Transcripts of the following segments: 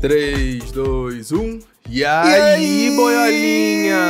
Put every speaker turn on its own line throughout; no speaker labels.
3, 2, 1. E aí, boiolinhas?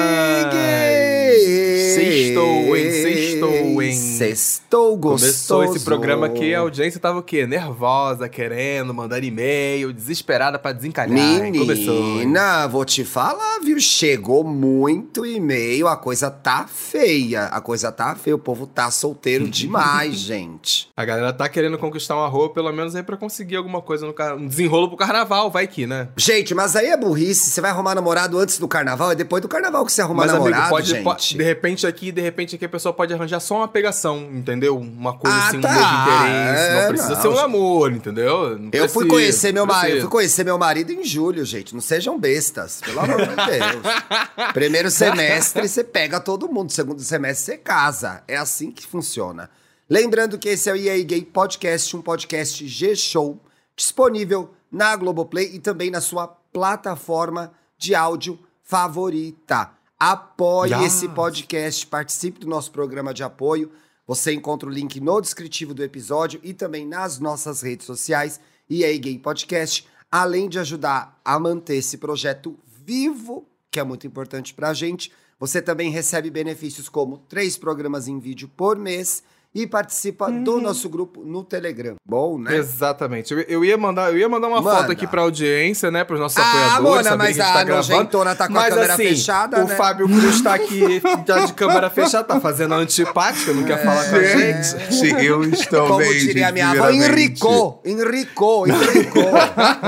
Sextou, hein? Sextou, hein?
Sextou, gostoso.
Começou esse programa que a audiência tava o quê? Nervosa, querendo, mandar e-mail, desesperada pra desencalhar. hein? Começou. hein?
Menina, vou te falar, viu? Chegou muito e-mail, a coisa tá feia. A coisa tá feia, o povo tá solteiro demais, gente.
A galera tá querendo conquistar uma rua, pelo menos aí pra conseguir alguma coisa no car... um desenrolo pro carnaval, vai que, né?
Gente, mas aí é burrice. Você vai arrumar namorado antes do carnaval? É depois do carnaval que você arruma
Mas,
namorado,
amigo, pode,
gente.
pode- de repente aqui, de repente aqui a pessoa pode arranjar só uma pegação, entendeu? Uma coisa
Ah,
assim, um
tá.
novo interesse.
É,
não precisa
não,
ser um
gente.
amor, entendeu? Não
Eu fui
precisa,
conhecer meu
não
marido, eu
precisa.
fui conhecer meu marido em julho, gente. Não sejam bestas, pelo amor de Deus. Primeiro semestre você pega todo mundo, segundo semestre você casa. É assim que funciona. Lembrando que esse é o EA Gay Podcast, um podcast G-Show, disponível na Globoplay e também na sua plataforma de áudio favorita. Apoie
Yes.
esse podcast, participe do nosso programa de apoio. Você encontra o link no descritivo do episódio e também nas nossas redes sociais e aí Gay Podcast, além de ajudar a manter esse projeto vivo, que é muito importante pra gente. Você também recebe benefícios como três programas em vídeo por mês e participa
Uhum.
do nosso grupo no Telegram. Bom, né?
Exatamente. Eu, eu ia mandar, eu ia mandar uma
Manda.
foto aqui pra audiência, né? Pros nossos
Ah,
apoiadores.
Mona,
saber
mas
que a, gente
a
tá gravando.
nojentona tá com a
mas,
câmera
assim,
fechada,
O
né?
Fábio Cruz tá aqui tá de câmera fechada, tá fazendo antipática, não quer
É.
falar com a gente.
Gente, eu estou
Como
bem,
diria
gente,
minha avó,
primeiramente.
Enricou, Enricou, Enricou,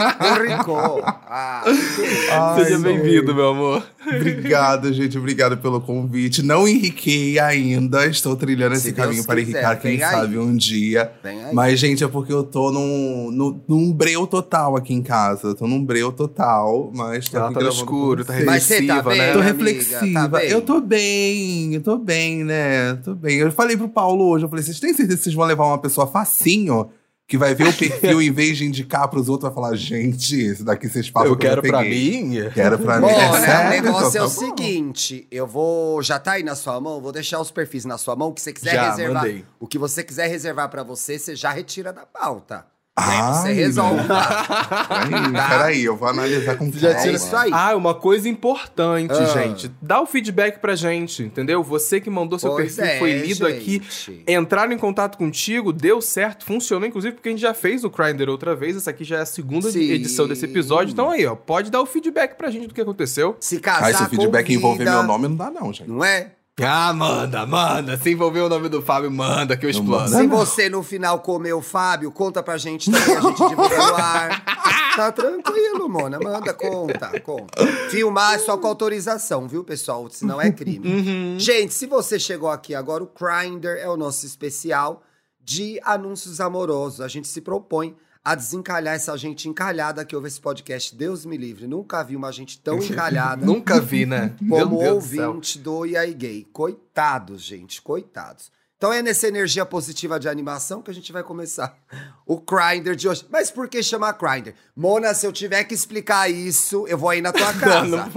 Enricou. Ah,
Ai,
Seja
gente.
bem-vindo, meu amor.
Obrigado, gente. Obrigado pelo convite. Não enriquei ainda. Estou trilhando
Se
esse
Deus
caminho para
quiser,
enricar, quem
vem aí.
sabe um dia.
Vem aí.
Mas, gente, é porque eu tô num, num, num breu total aqui em casa. Eu tô num breu total, mas tô
Ela
aqui
tá no
gravando
escuro,
com
tá
vocês.
Mas você tá
reflexiva,
bem?
né?
Tô
Amiga,
reflexiva.
tá bem?
Eu tô bem, eu tô bem, né? Tô bem. Eu falei pro Paulo hoje, eu falei, vocês têm certeza que vocês vão levar uma pessoa facinho? Que vai ver o perfil em vez de indicar pros outros, vai falar, gente, esse daqui vocês passam
Eu
que
quero
não
pra
peguei."
mim.
Quero pra mim.
Bom, né? O
sério?
negócio é o
Tá bom.
seguinte: eu vou. Já tá aí na sua mão, vou deixar os perfis na sua mão. O que você quiser
Já,
reservar.
mandei.
O que você quiser reservar pra você, você já retira da pauta. Aí
Ai,
você resolve. tá?
Peraí, peraí, eu vou analisar com
Já
calma.
tira É isso aí.
Ah, uma coisa importante,
Ah.
gente. Dá o feedback pra gente, entendeu? Você que mandou seu
Pois
perfil,
é,
foi lido aqui.
gente.
Entraram em contato contigo, deu certo, funcionou, inclusive, porque a gente já fez o Grindr outra vez. Essa aqui já é a segunda
Sim.
edição desse episódio. Então aí, ó, pode dar o feedback pra gente do que aconteceu.
Se casar,
Ah, se o feedback
convida,
envolver meu nome, não dá, não, gente.
Não é?
Ah, manda, manda. Se envolver o nome do Fábio, manda que eu explano.
manda.
Se
Não, não.
você no final comer o Fábio, conta pra gente também, a gente divulga no ar. Tá tranquilo, Mona. Manda, conta, conta. Filmar é só com autorização, viu, pessoal? Senão é crime.
Uhum.
Gente, se você chegou aqui agora, o Grindr é o nosso especial de anúncios amorosos. A gente se propõe a desencalhar essa gente encalhada que ouve esse podcast. Deus me livre, nunca vi uma gente tão encalhada
Nunca vi, né? Meu
como
Deus do céu.
ouvinte do E aí Gay. Coitados, gente, coitados. Então é nessa energia positiva de animação que a gente vai começar o Grindr de hoje. Mas por que chamar Grindr? Mona, se eu tiver que explicar isso, eu vou aí na tua casa.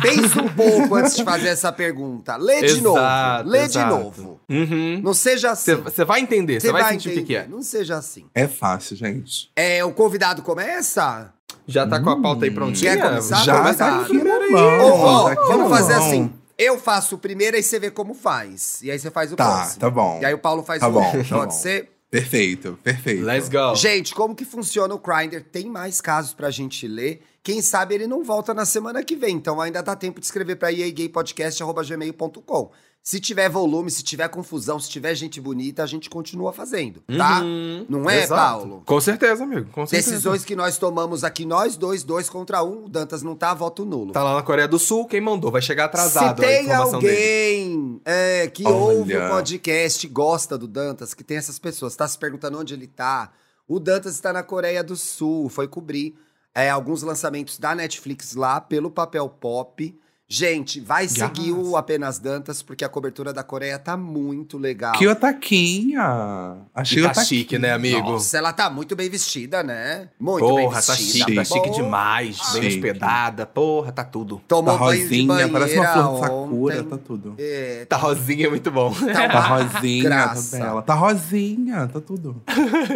Pensa um pouco antes de fazer essa pergunta. Lê de
Exato,
novo, lê
exato.
de novo.
Uhum.
Não seja assim.
Você vai entender, você
Você
vai,
vai
sentir o que que é.
entender. Não seja assim.
É fácil, gente.
É, o convidado começa?
Já tá com a pauta aí prontinha?
Quer
Já.
começar? Tá
Já
começado.
tá aqui na
Peraí.
mão,
Ó, ó,
tá aqui
vamos
na
fazer
mão.
assim. Eu faço o primeiro e você vê como faz. E aí você faz o
Tá,
próximo.
tá bom.
E aí o Paulo faz
Tá
o
bom,
outro.
tá
Pode
bom.
ser?
Perfeito, perfeito.
Let's go.
Gente, como que funciona o Grindr? Tem mais casos pra gente ler. Quem sabe ele não volta na semana que vem. Então ainda dá tempo de escrever pra iagaypodcast.gmail.com. Se tiver volume, se tiver confusão, se tiver gente bonita, a gente continua fazendo, tá?
Uhum.
Não é,
Exato.
Paulo?
Com certeza, amigo. Com certeza.
Decisões que nós tomamos aqui, nós dois, dois contra um. O Dantas não tá, voto nulo.
Tá lá na Coreia do Sul, quem mandou? Vai chegar atrasado
Se
a
tem
informação dele.
alguém é, que
Olha.
ouve o podcast, gosta do Dantas, que tem essas pessoas, tá se perguntando onde ele tá. O Dantas está na Coreia do Sul, foi cobrir é, alguns lançamentos da Netflix lá pelo Papel Pop. Gente, vai
Garras.
seguir o Apenas Dantas, porque a cobertura da Coreia tá muito legal.
Que otaquinha. Achei
E tá
otaquinha.
chique, né, amigo?
Nossa, ela tá muito bem vestida, né? Muito bem
Porra,
vestida.
tá chique, tá chique
Porra.
demais. Bem
Chique.
hospedada, porra, tá tudo.
Tá
Tomou banho de
rosinha,
banheira
parece uma flor de sakura,
ontem.
tá tudo.
É,
Tá rosinha, é muito bom.
tá
Tá
uma
rosinha, tá
graça.
bela. Tá rosinha, tá tudo.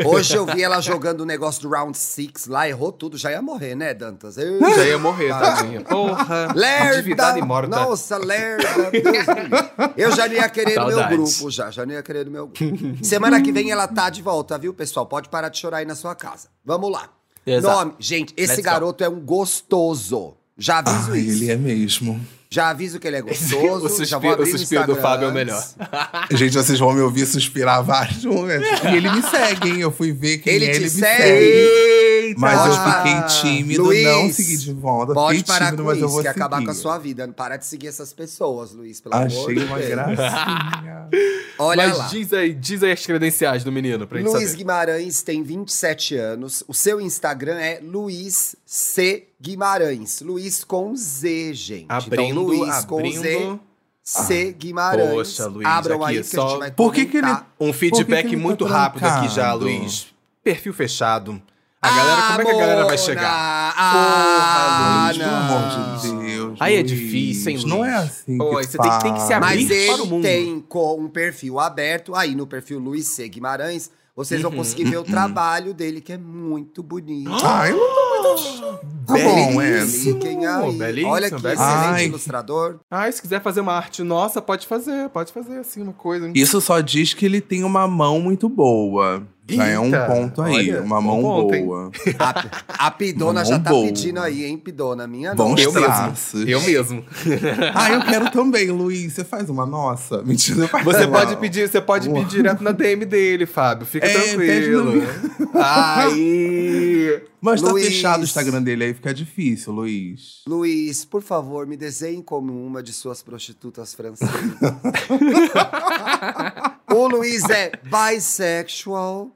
Hoje eu vi ela jogando o negócio do Round six lá, errou tudo, já ia morrer, né, Dantas? Eu...
Já ia é morrer, tadinha. Porra.
Lerda!
Endividada e morta.
Nossa, lerda! Deus me livre. Eu já não ia querer no meu
Saudades.
grupo, já. Já não ia querer no meu grupo. Semana que vem ela tá de volta, viu, pessoal? Pode parar de chorar aí na sua casa. Vamos lá.
Exato.
Nome. Gente, esse
Let's go.
garoto é um gostoso. Já aviso
Ai,
isso.
ele é mesmo.
Já aviso que ele é
Esse-
gostoso.
Ah, o
já
suspiro,
vou
o
abrir no
suspiro do
Instagram
Fábio é o
antes.
melhor.
Gente, vocês vão me ouvir suspirar vários momentos. E ele me segue, hein? Eu fui ver quem
Ele
é,
te
ele me
segue.
segue.
Eita!
Mas
Ah,
eu fiquei tímido,
Luiz,
não segui de volta.
Pode
fiquei
parar
tímido,
com
mas eu
isso,
vou
que é acabar
seguir.
com a sua vida. Para de seguir essas pessoas, Luiz, pelo amor
Achei
de
uma
Deus.
gracinha.
Olha
Mas
lá.
diz aí, diz aí as credenciais do menino pra gente
Luiz
saber.
Guimarães tem 27 anos. O seu Instagram é Luiz C. Guimarães. Luiz com Z, gente.
Abrindo,
então, Luiz com Z,
abrindo. Ah.
C. Guimarães.
Poxa, Luiz,
Abram
aqui
aí
é
que a
só-
gente vai
Por que que ele-
comentar.
Um
Por que que
feedback
ele tá
muito rápido aqui já,
trancado?
Luiz. Perfil fechado. A galera, como é que a galera vai chegar?
Ah,
Luiz,
não.
Pelo amor de Deus.
Aí é
Luiz.
difícil, hein, Luiz?
Não é assim.
Pô,
que
aí você tem- tem que se
faz.
abrir.
Mas
para o
ele
mundo.
tem com um perfil aberto aí no perfil Luiz C. Guimarães. Vocês vão
Uhum, Ah,
conseguir ver o trabalho dele, que é muito bonito.
Ai, eu não tô muito.
Ah,
Tá bom, é.
Belíssimo,
Fiquem aí.
belíssimo,
Olha que
belíssimo.
excelente
Ai.
ilustrador.
Ah, se quiser fazer uma arte nossa, pode fazer. Pode fazer, assim, uma coisa. hein?
Isso só diz que ele tem uma mão muito boa. Já é um
Eita,
ponto aí,
olha,
uma
bom
mão
ponto, hein?
boa.
A, a Pidona
Mão
já tá
boa.
pedindo aí, hein, Pidona? Minha
Bons
Tá Eu
nossa.
mesmo.
traços.
Eu mesmo.
Ah, eu quero também, Luiz. Você faz uma nossa? Mentira, eu faço
Você
uma.
pode pedir, você pode
Boa.
pedir direto na DM dele, Fábio. Fica
É, pede no
tranquilo. Aí.
Mas tá
Luiz.
fechado o Instagram dele aí, fica difícil, Luiz.
Luiz, por favor, me desenhe como uma de suas prostitutas francesas. o Luiz é bissexual.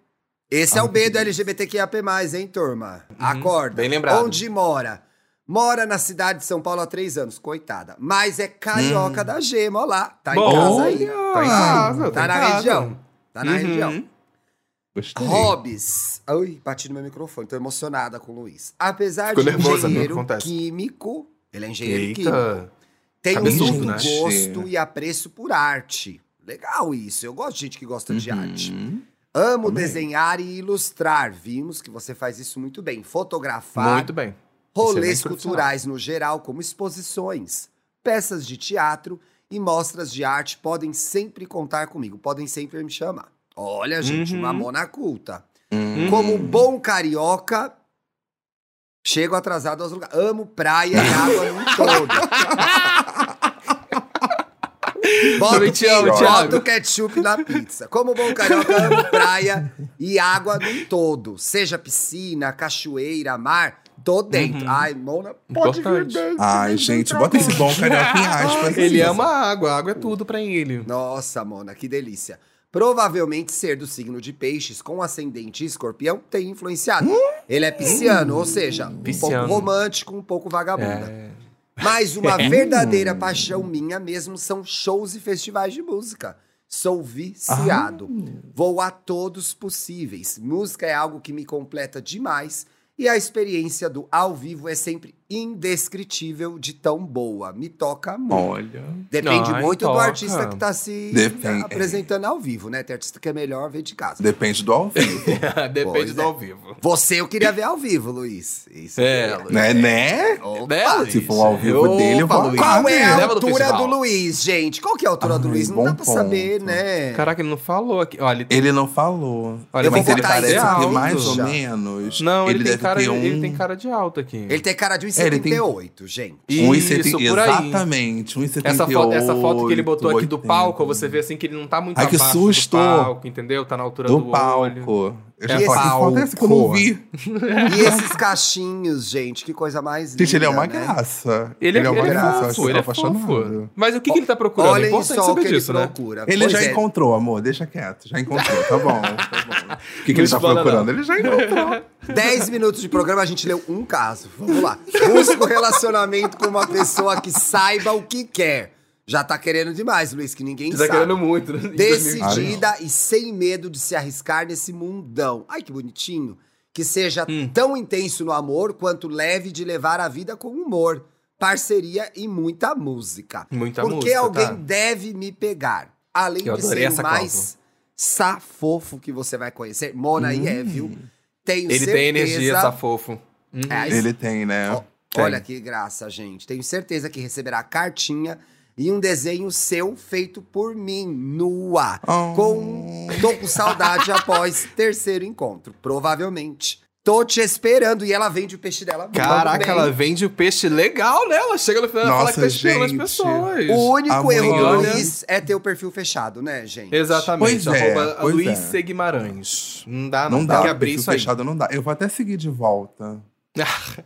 Esse é o B do LGBTQIAP+, hein, turma? Acorda.
Uhum, bem lembrado.
Onde mora? Mora na cidade de São Paulo há três anos, coitada. Mas é carioca da gema, ó lá. Tá em
Hum. Bom,
casa aí.
Tá em casa,
Tá
em
na
casa.
região. Tá na
Uhum.
região.
Gostei.
Hobbs. Ai, bati no meu microfone, tô emocionada com o Luiz. Apesar
Ficou
de um
nervosa, amigo,
engenheiro
acontece.
químico, ele é engenheiro químico,
Eita.
tem
cabeçudo,
um
né?
muito gosto e apreço por arte. Legal isso, eu gosto de gente que gosta de arte.
Uhum.
Amo
Também.
desenhar e ilustrar, vimos que você faz isso muito bem. Fotografar,
Muito é bem.
rolês
excelente profissional.
culturais no geral, como exposições, peças de teatro e mostras de arte podem sempre contar comigo, podem sempre me chamar. Olha, gente,
Uhum.
uma mona culta.
Hum.
Como bom carioca, chego atrasado aos lugares. Amo praia e água no todo. Bota
Também
o,
te amo,
pi-
Thiago.
bota o ketchup na pizza. Como bom carioca, amo praia e água no todo. Seja piscina, cachoeira, mar, tô dentro.
Uhum.
Ai, Mona, pode vir
Importante.
dentro. tá
Ai,
vem
gente,
dentro
bota
agora.
esse bom carioca em
Ah,
aspas.
tá Ele
assim.
ama a água, a água é tudo pra ele.
Nossa, Mona, que delícia. Provavelmente ser do signo de peixes com ascendente escorpião tem
Hum?
influenciado. Ele é pisciano, ou seja, um pouco
Pisciano.
romântico, um pouco vagabunda.
É.
Mas uma
É.
verdadeira paixão minha mesmo são shows e festivais de música. Sou viciado. Vou a todos possíveis. Música é algo que me completa demais e a experiência do ao vivo é sempre indescritível de tão boa. Me toca muito.
Ah, Olha.
Depende
Ai,
muito do
toca.
artista que tá se
Depende.
apresentando ao vivo, né? Tem artista que é melhor ver de casa.
Depende do ao vivo.
Depende
Pois
do
é.
ao vivo.
Você eu queria ver ao vivo, Luiz. Isso
É,
eu queria.
né, né?
Opa.
Né, Luiz?
Se for ao vivo
Opa,
dele, eu vou
Luiz.
lá
Qual é a
Leva no
altura do
festival.
Luiz, gente? Qual que é a altura do
Ai,
Luiz? Não dá
bom
pra saber,
ponto.
né?
Caraca, ele não falou aqui. Olha, ele tem...
Ele não falou.
Olha,
Eu
mas
vou
ele
botar
parece
ele
ter
alto
mais ou
já.
menos.
Não, ele, tem
deve
cara,
ter um...
ele tem cara de alto aqui.
Ele tem cara de
É, ele tem-
1,78, gente.
Um e
Isso,
seten-
por aí.
Exatamente, 1,78.
Essa foto, essa foto que ele botou aqui do palco, você vê assim que ele não tá muito
Ai, que
abaixo
susto!
do palco, entendeu? Tá na altura do,
do
olho.
palco. Eu já
É
falei, que foto é essa que eu não
palco.
vi.
E esses cachinhos, gente, que coisa mais linda.
Gente, ele é
né?
uma graça.
Ele, é,
uma
ele é
graça, eu acho que
fofo,
eu
ele é
tô apaixonado.
fofo. Mas o que, que ele tá procurando? é
Olhem
importante
só o que
saber
ele
disso, né?
procura.
Ele
Pois
já
é.
encontrou, amor, deixa quieto. Já encontrou, tá bom. tá bom. O que, que
Não
ele tá
explana,
procurando?
não.
Ele já encontrou.
10 minutos de programa, a gente leu um caso. Vamos lá. Busca o relacionamento com uma pessoa que saiba o que quer. Já tá querendo demais, Luiz, que ninguém
Você
sabe.
tá querendo muito. né? Em 2020.
Decidida e sem medo de se arriscar nesse mundão. Ai, que bonitinho. Que seja
Hum.
tão intenso no amor quanto leve de levar a vida com humor, parceria e muita música.
Muita
Porque
música,
alguém
tá.
deve me pegar. Além
Eu
de
adorei
ser
essa
o mais safofo que você vai conhecer. Mona e é, viu? Tenho
Hum. Ele
certeza.
tem energia, essa fofo.
É,
Ele tem, né?
Ó, Olha que graça, gente. Tenho certeza que receberá cartinha e um desenho seu feito por mim, nua.
Oh.
Com tô com saudade após terceiro encontro, provavelmente. Tô te esperando e ela vende o peixe dela.
Caraca, ela
ela...
vende o peixe legal, né? Ela chega no final e fala que tá
Nossa,
esperando as
gente.
pessoas.
O único
Amanhã-
erro do
Olha.
Luiz é ter o perfil fechado, né, gente?
Exatamente.
Pois é,
arroba
pois
Luiz
é.
C. Guimarães. Não dá, não.
ah, Não
Tem
dá,
que abrir
perfil
isso aí.
fechado não dá. Eu vou até seguir de volta.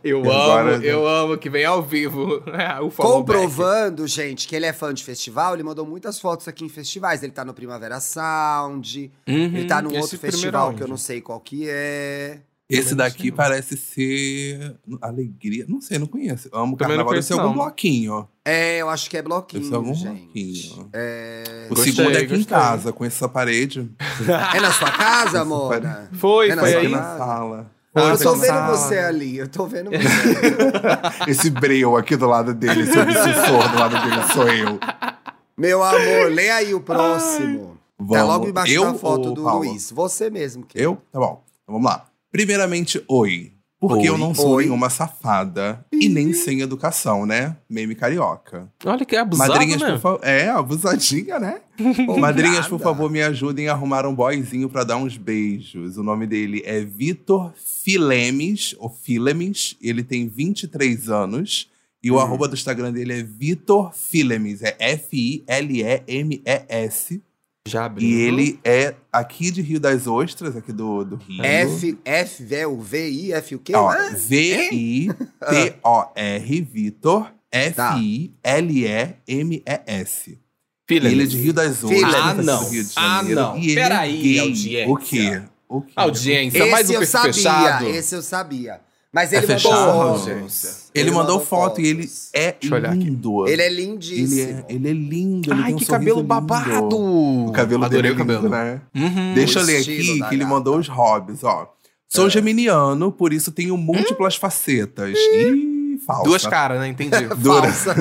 Eu
Agora-
amo, eu amo que vem ao vivo. É, o Comprovando.
Comprovando, gente, que ele é fã de festival, ele mandou muitas fotos aqui em festivais. Ele tá no Primavera Sound,
Uhum.
ele
Uhum.
tá num outro festival que eu não sei qual que é.
Esse
não
daqui
sei, não.
parece ser alegria. Não sei, não conheço. Eu amo
Também não
carnaval.
conheço,
Esse é algum
não.
bloquinho.
É, eu acho que é
Esse
bloquinho,
é algum
gente.
bloquinho.
É...
O
Gostei,
segundo é aqui em
gostei.
casa, com essa parede.
é na sua casa,
Esse
amor?
pare-
Foi,
É na
foi
Esse
sua
aí.
aqui na
Nada.
sala.
Ah,
eu
foi
tô
na
vendo
sala.
você ali, eu tô vendo você.
Esse breu aqui do lado dele, esse obsessor do lado dele sou eu.
Tá Meu amor, lê aí o próximo. Tá
Vamos.
logo embaixo
eu,
da foto
ou
do
Paula?
Luiz. Você mesmo. Que...
Eu? Tá bom. Então, vamos lá. Primeiramente, oi. Porque
Oi.
eu não sou
Oi.
nenhuma safada e nem sem educação, né? Meme carioca.
Olha que abusado,
Madrinhas,
né?
por favor. É, abusadinha, né?
Obrigada.
Madrinhas, por favor, me ajudem a arrumar um boyzinho pra dar uns beijos. O nome dele é Vitor Filemes, ou Filemes. Ele tem 23 anos. E o arroba do Instagram dele é Vitor Filemes. É F-I-L-E-M-E-S.
Já abriu.
E ele é aqui de Rio das Ostras, aqui do, do Rio.
F, F, é o V, I, F, o quê?
Ó,
Ah,
V-I-T-O-R Vitor
Tá.
F-I-L-E-M-E-S.
Filha,
Ele é de Rio das Ostras,
Filha.
tá
Ah,
não.
do Rio de
Ah,
Janeiro.
não.
E ele
Peraí,
é gay.
audiência.
O quê? O quê?
Audiência,
esse
mais um
eu
perfil
sabia,
fechado.
esse eu sabia. Mas
É
ele mandou
fechado,
fotos.
gente.
Ele, mandou, foto e ele
fotos.
é
eu olhar aqui.
lindo.
Ele é
ele
lindíssimo.
é, ele é lindo. Ele tem
Ai,
um
que
sorriso
cabelo
lindo.
babado.
O cabelo
Adorei
dele é
o cabelo.
lindo, né?
Uhum.
Deixa eu
O
ler
estilo
aqui
da
que ele
gata.
mandou os hobbies, ó.
É.
Sou geminiano, por isso tenho múltiplas facetas. Ih, falsa.
Hum? Duas caras, né? Entendi.
é Dura-
Falsa.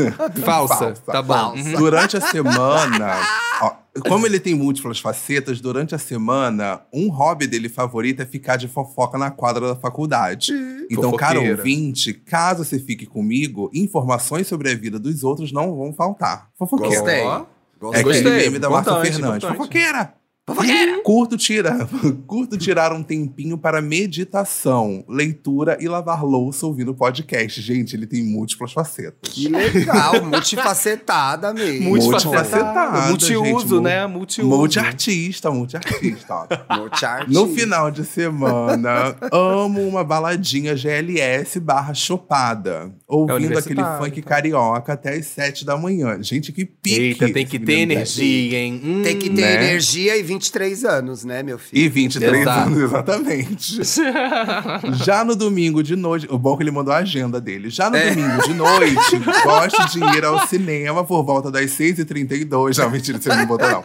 Falsa.
Falsa,
Tá bom.
falsa.
Uhum.
Durante a semana, ó, como ele tem múltiplas facetas, durante a semana, um hobby dele favorito é ficar de fofoca na quadra da faculdade. Então, cara
Fofoqueira.
ouvinte, caso você fique comigo, informações sobre a vida dos outros não vão faltar. Fofoqueira.
Gostei.
Ó.
É
Gostei.
Gostei.
aquele meme da Marta
importante,
Fernandes.
importante.
Fofoqueira! Fofoqueira! Curto, tira, curto tirar um tempinho para meditação, leitura e lavar louça ouvindo podcast. Gente, ele tem múltiplas facetas.
Que legal, multifacetada mesmo.
Multifacetada.
Multifacetada,
Multiuso,
gente,
né? Multiuso.
Multiartista, multiartista. ó.
Multiartista.
No final de semana, amo uma baladinha GLS barra chopada. Ouvindo aquele
universitário,
funk
tá.
carioca até as sete da manhã. Gente, que pique.
Eita, tem
esse
que ter
menino
energia, hein? Hum.
Tem que ter
né?
energia e 23 anos, né, meu filho?
E 23
Exato.
anos, exatamente. Já no domingo de noite. O bom é que ele mandou a agenda dele. Já
É.
no domingo de noite, gosto de ir ao cinema por volta das 6h32. Não, mentira, você não botou, não.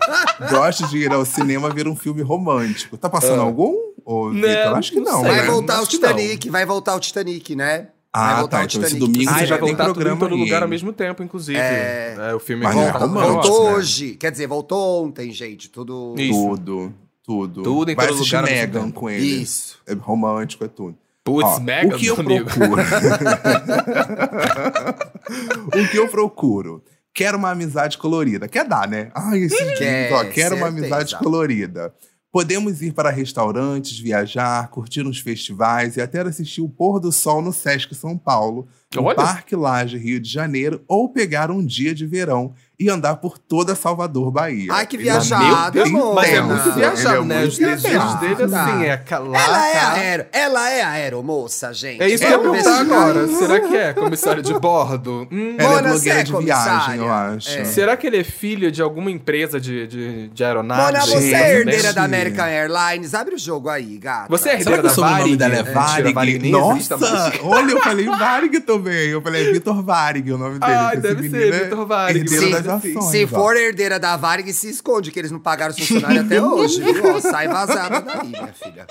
Gosto de ir ao cinema ver um filme romântico. Tá passando algum? Ô,
Ah. Não,
Vitor? Acho que não,
não sei.
Vai
né?
voltar
Acho
o
que não.
Titanic, vai voltar o Titanic, né? vai
Ah,
voltar
tá.
o
Então esse
Titanic.
domingo
Ah,
Ai,
você
e
já
vai
tem
voltar tudo em
programa
todo
aí,
lugar ao
hein?
mesmo tempo, inclusive.
É.
É, o filme
Mas
volta-
é romântico,
voltou.
Voltou
né?
hoje. Quer dizer, voltou ontem, gente. Tudo.
Isso.
Tudo. Tudo.
Tudo em
Vai
todo
assistir
lugar ao mesmo
Megan
tempo.
com ele.
Isso.
É romântico, é tudo.
Putz,
Ó,
mega,
o que eu
meu amigo.
procuro? o que eu procuro? Quero uma amizade colorida. Quer dar, né? Ai, esse
Quer,
jeito, ó, quero
Uhum. É, certeza.
uma amizade colorida. Podemos ir para restaurantes, viajar, curtir uns festivais e até assistir o pôr do sol no Sesc São Paulo, no
Olha.
Parque Laje Rio de Janeiro, ou pegar um dia de verão e andar por toda Salvador, Bahia.
Ai, que viajada,
Ele é muito
amor.
Mas é
intenso,
muito
Ele
viajado,
ele é
né?
muito
Os desejos
viajado.
dele, assim, é
Ela é
calar.
aero. Ela é aero, moça, gente.
É isso que eu ia
Vamos
perguntar
pescar.
agora. Será que é comissário de bordo? Hum.
Ela é
Mona,
blogueira
você é
de viagem, eu
comissária?
acho.
É.
Será que ele é filho de alguma empresa de, de, de
Mona,
aeronaves? né?
você
gente.
é herdeira da
Gente.
American Airlines. Abre o jogo aí, gata.
Você é
Será
herdeira
que o
da
sobrenome
Varig?
dela é
Mentira, Varig
Varig?
nem existe, tá
Nossa,
amor.
olha, eu falei Varig também. Eu falei é Vitor Varig, o nome dele.
Ai,
que esse
Ah, deve
menino
ser
é
Vitor Varig,
Herdeiro
uma
das
coisa assim.
ações.
Se
ó.
for herdeira da Varg, se esconde, que eles não pagaram os funcionários até hoje. viu? Ó, sai vazada daí, minha filha.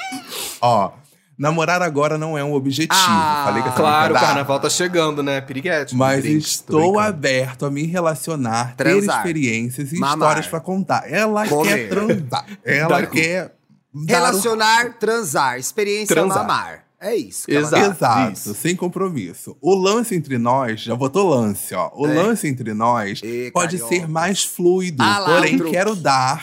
Ó, namorar agora não é um objetivo.
Ah,
falei que essa
Claro, o
merda-
carnaval tá chegando, né? Piriguete.
Mas
brinks, tô
estou
brincando.
aberto a me relacionar,
Transar.
ter experiências e
Mamar.
histórias pra contar. Ela
Comer.
é
quer transar. Ela
Dar cu.
quer. dar o-
Relacionar, transar, experiência
Transar.
mamar. É isso. que ela
Exato.
dá.
Exato,
isso.
sem compromisso. O lance entre nós, já botou lance, ó. O
É.
lance entre nós
Ê,
pode
carioca.
ser mais fluido,
Ah lá,
porém
o truque.
quero dar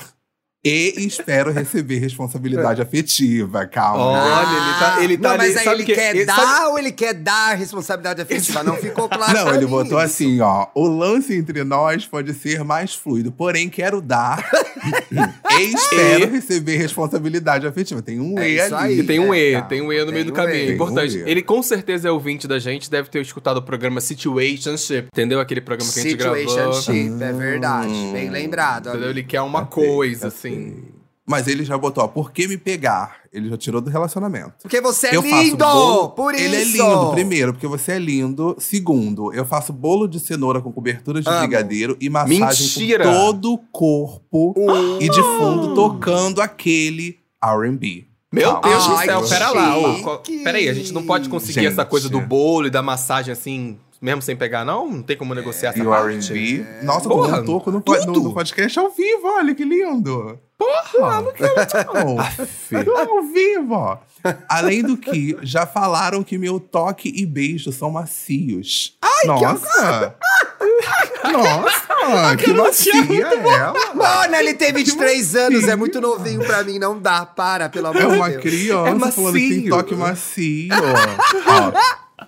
e espero receber responsabilidade afetiva, calma.
Olha, ele tá, ele tá
não,
ali,
mas aí
sabe
ele
é?
que-
quer
ele
dar
sabe-
ou ele quer dar responsabilidade afetiva? Não ficou claro.
Não,
pra
ele
mim.
botou assim, ó. O lance entre nós pode ser mais fluido, porém quero dar e espero
E-
receber responsabilidade afetiva. Tem um
É
E
isso
ali.
E tem um
É,
E,
calma,
tem um E no meio
tem
do
um
caminho.
E.
é Importante.
Tem um E.
Ele com certeza é ouvinte da gente, deve ter escutado o programa Situationship. Entendeu? Aquele programa que a gente gravou.
Situationship, é verdade.
Hum.
Bem lembrado.
Entendeu?
amigo.
Ele quer uma
Gostei,
coisa,
gostei.
assim.
Mas ele já botou, ó, por que me pegar? Ele já tirou do relacionamento.
Porque você é
eu
lindo!
faço bolo.
Por isso!
Ele é lindo, primeiro, porque você é lindo. Segundo, eu faço bolo de cenoura com cobertura de
Amo.
brigadeiro e massagem
Mentira!
por todo o corpo
Uh.
e de fundo tocando aquele R&B.
Meu
Calma.
Deus do
Ai,
céu,
que
pera lá. ô,
chique.
qual- pera aí, a gente não pode conseguir
Gente.
essa coisa do bolo e da massagem assim, mesmo sem pegar, não? Não tem como negociar
E
essa
o
parte.
R&B. Nossa,
Porra,
como um toco no, po- no,
tudo.
no podcast ao vivo, olha que lindo. Porra, não quero não. Ao vivo. ó. Além do que, já falaram que meu toque e beijo são macios. Ai, Nossa! Nossa, que macia é ela.
Mano, ele tem 23 anos, é muito novinho pra mim. Não dá, para, pelo amor
É uma
de Deus.
É
criança
macio.
falando que tem toque macio. Ó.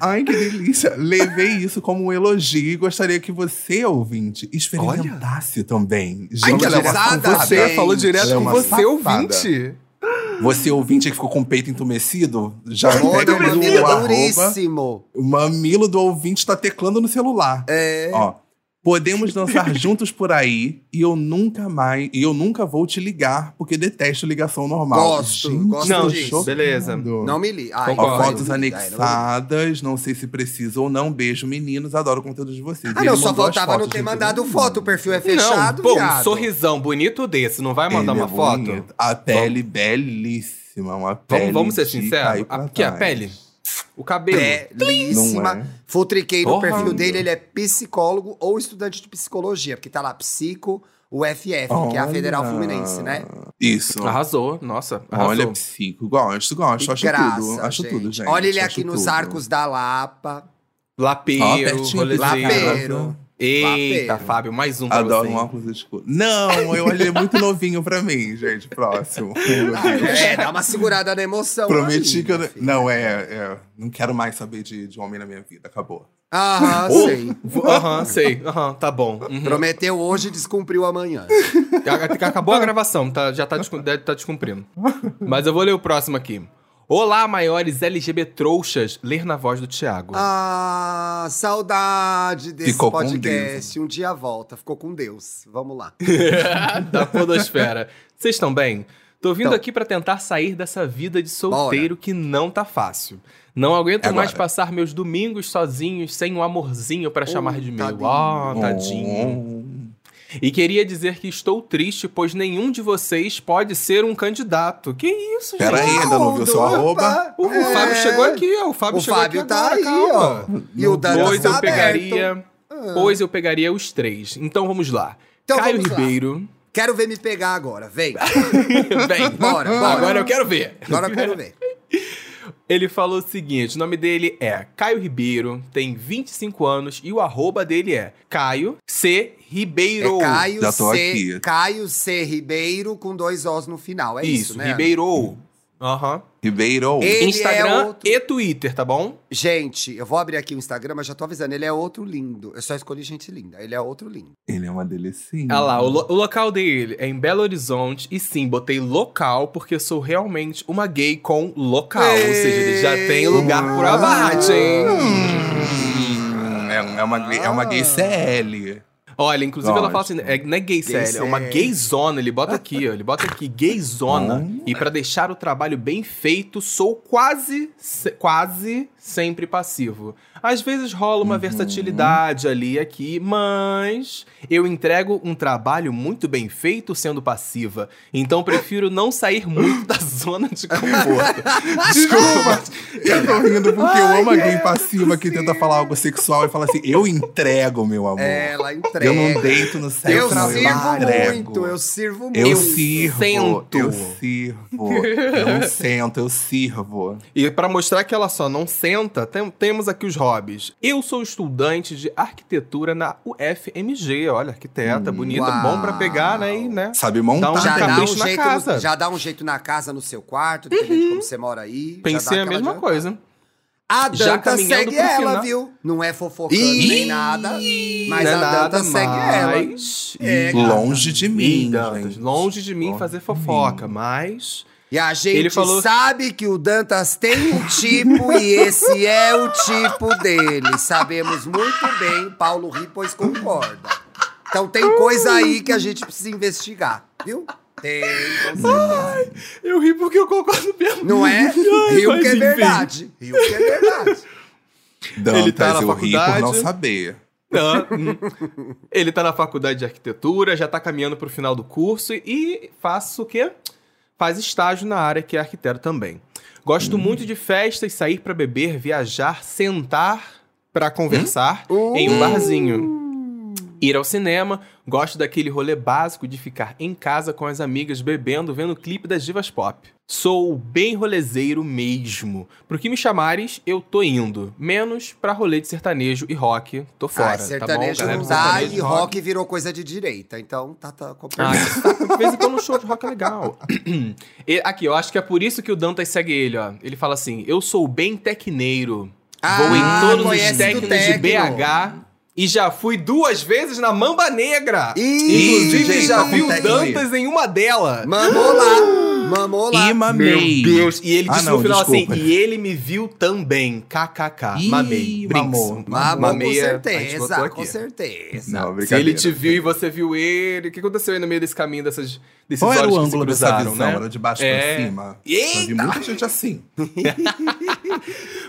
Ai, que delícia. Levei isso como um elogio e gostaria que você, ouvinte, experimentasse também.
Ai, que
ela é uma
lesada,
safada.
Você
Gente,
falou direto
ela é
com
uma
você,
safada.
ouvinte.
Você, ouvinte, que ficou com o peito entumecido, já
Mano,
pega
o
ali
mamilo
o arroba.
duríssimo.
O mamilo do ouvinte tá teclando no celular.
É.
Ó, podemos dançar juntos por aí e eu nunca mais, e eu nunca vou te ligar porque detesto ligação normal.
Gosto, gosto
Não,
tô
disso.
chocado.
beleza.
Não me li. Ai, é
Ó,
Concordo.
não me
fotos
li. Ai, não me li.
anexadas, não sei se preciso ou não. Beijo, meninos. Adoro o conteúdo de vocês.
Ah,
Ele
não, só
mandou as
faltava não
fotos
ter
de
mandado
todo
foto. O
mundo.
perfil é
não,
fechado,
pô, um
viado.
sorrisão bonito desse, não vai
Ele
mandar
é
uma foto?
bonito. A pele belíssima, uma pele.
Vamos, vamos ser
de
sinceros?
cair pra
A, que a
trás.
pele? O cabelo?
Não
Belíssima.
é?
Futriquei no
Porra,
perfil
amigo.
dele, ele é psicólogo ou estudante de psicologia, porque tá lá psico, UFF, que é a
Olha.
Federal Fluminense, né?
Isso.
Arrasou, nossa, arrasou.
Olha, psico. Gosto, gosto. Acho
Graça,
tudo. Acho tudo, gente.
Olha ele
acho
aqui nos
tudo.
arcos da Lapa.
Lapeiro,
Ó, pertinho,
rolezeiro.
pertinho.
Lapeiro.
Eita,
Lapeiro.
Fábio, mais um pra
Adoro
você.
um óculos escuro. Não, eu olhei muito novinho pra mim, gente. Próximo.
É, dá uma segurada na emoção.
Prometi
aí,
que eu.
meu
não-
filho.
Não, é, é. Não quero mais saber de, de homem na minha vida. Acabou.
Aham,
Ou-
sei.
Vo- Aham, sei. Aham, tá bom. Uhum.
Uhum. Prometeu hoje e descumpriu amanhã.
Ac- Acabou a gravação, tá, já tá, descu- deve tá descumprindo. Mas eu vou ler o próximo aqui. Olá, maiores LGB trouxas. Ler na voz do Thiago.
Ah, saudade desse
Ficou com
podcast. Um dia volta, ficou com Deus. Vamos lá.
da podosfera. Vocês estão bem? Tô vindo
Então.
aqui pra tentar sair dessa vida de solteiro que não tá fácil. Não aguento
É Agora.
mais passar meus domingos sozinhos sem um amorzinho pra chamar de meu.
tá
tadinho.
Ah, tadinho.
Hum.
E queria dizer que estou triste, pois nenhum de vocês pode ser um candidato. Que isso, gente?
Peraí, ainda não viu seu
Opa!
arroba?
O, o
É.
Fábio chegou aqui, ó. O Fábio
O
chegou
Fábio
aqui
tá
agora,
aí,
calma.
ó. E o Dantas
Pois
tá
eu
aberto. Ah.
pegaria. Pois eu pegaria os três. Então vamos lá.
Então
Caio
vamos lá.
Ribeiro.
Quero ver me pegar agora, vem.
Vem.
Bora, bora.
Agora eu quero ver.
Agora eu quero ver. É
Ele falou o seguinte: o nome dele é Caio Ribeiro, tem 25 anos e o arroba dele é Caio C. Ribeiro.
É Caio
Já tô
C.
aqui.
Caio C. Ribeiro com dois Os no final. É isso,
isso,
né?
Ribeiro. Aham.
Ribeiro.
E- Ele é
Instagram
outro-
e Twitter, tá bom?
Gente, eu vou abrir aqui o Instagram, mas já tô avisando, ele é outro lindo. Eu só escolhi gente linda, ele é outro lindo.
Ele é uma delicinha.
Olha lá, o, lo- o local dele é em Belo Horizonte. E sim, botei local porque eu sou realmente uma gay com local. Ou seja, ele já tem lugar por abate, hein?
Hum, é, é uma, gay- é
Ah.
uma gay CL.
Olha, inclusive ela fala assim,
Ótimo.
é, não é gay sério, é uma
sério.
gayzona. Ele bota aqui, ó, ele bota aqui, gayzona.
Hum.
E pra deixar o trabalho bem feito, sou quase, se- quase sempre passivo. Às vezes rola uma versatilidade ali e aqui, mas eu entrego um trabalho muito bem feito sendo passiva. Então prefiro não sair muito da zona de conforto.
Desculpa, eu tô rindo porque eu amo a
Ai,
gay
é
passiva que tenta falar algo sexual e fala assim: eu entrego, meu amor.
É,
É, Ela entrega.
eu não deito no sexo,
Eu
não,
sirvo
entrego.
muito, eu sirvo muito.
Eu, sirvo,
sento.
eu sirvo, eu não sento, eu sirvo.
E pra mostrar que ela só não senta, tem- temos aqui os hobbies. Eu sou estudante de arquitetura na UFMG, olha, arquiteta, bonita,
uau.
bom pra pegar, né? E, né?
Sabe montar.
Dá
já dá, um
capricho na
jeito,
casa.
já dá um jeito na casa, no seu quarto, dependendo de como você mora aí. já
Uhum.
tá
Pensei
dá
a
aquela
mesma
adiantada.
coisa.
A
Já
Danta
caminhando
segue
pro
ela,
final.
viu? Não é fofocando
Ih,
nem nada, mas
não é
a Danta
nada
segue ela.
mais.
É, cara.
Longe de mim,
Ih, Dantas,
gente.
longe de mim
Longe
fazer
de
fofoca, mas.
E a gente
Ele falou-
sabe que o Dantas tem um tipo e esse é o tipo dele. Sabemos muito bem, o Paulo ri, pois concorda. Então tem coisa aí que a gente precisa investigar, viu? Tem, com certeza.
Eu ri porque eu concordo mesmo.
Não é? Rio
mas
que é
enfim.
verdade. Rio que é verdade.
Dantas,
Ele tá na
eu ri por
faculdade.
não saber.
Não. Ele tá na faculdade de arquitetura, já tá caminhando pro final do curso e faço o quê? Faz estágio na área que é arquiteto também. Gosto muito de festas, sair pra beber, viajar, sentar pra conversar em um barzinho.
Hum.
Ir ao cinema, gosto daquele rolê básico de ficar em casa com as amigas bebendo, vendo clipe das divas pop. Sou bem rolezeiro mesmo. Pro que me chamares, eu tô indo. Menos pra rolê de sertanejo e rock, tô fora.
ah, sertanejo
tá bom, galera?
não dá
Sertanejo
e rock virou coisa de direita. Então tá, tá
ah,
complicado.
isso tá- de vez em quando um show de rock é legal. E aqui, eu acho que é por isso que o Dantas segue ele, ó. Ele fala assim: eu sou bem tecneiro. Ah, vou
Ah,
em todos os
Ah, conhece do
técnicos de
tecno.
BH e já fui duas vezes na Mamba Negra.
Ih,
Inclusive,
gente,
já
tá com
vi o
tecno aí.
Dantas em uma delas.
mamou lá. Mamou lá.
E mamei.
E ele
Ah,
disse
não,
no final
desculpa.
assim: e ele me viu também. KKK.
Ih,
mamei.
mamou.
Mamou, com
Mamei, a gente botou
certeza,
aqui.
com certeza.
Não,
Se ele
brincadeira.
te viu e você viu ele, o que aconteceu aí no meio desse caminho, dessas, desses
Qual era
olhos
o
que se
ângulo dessa
cruzaram,
visão?
né?
Era de baixo
É.
pra cima? Eu vi
Eita!
muita gente assim.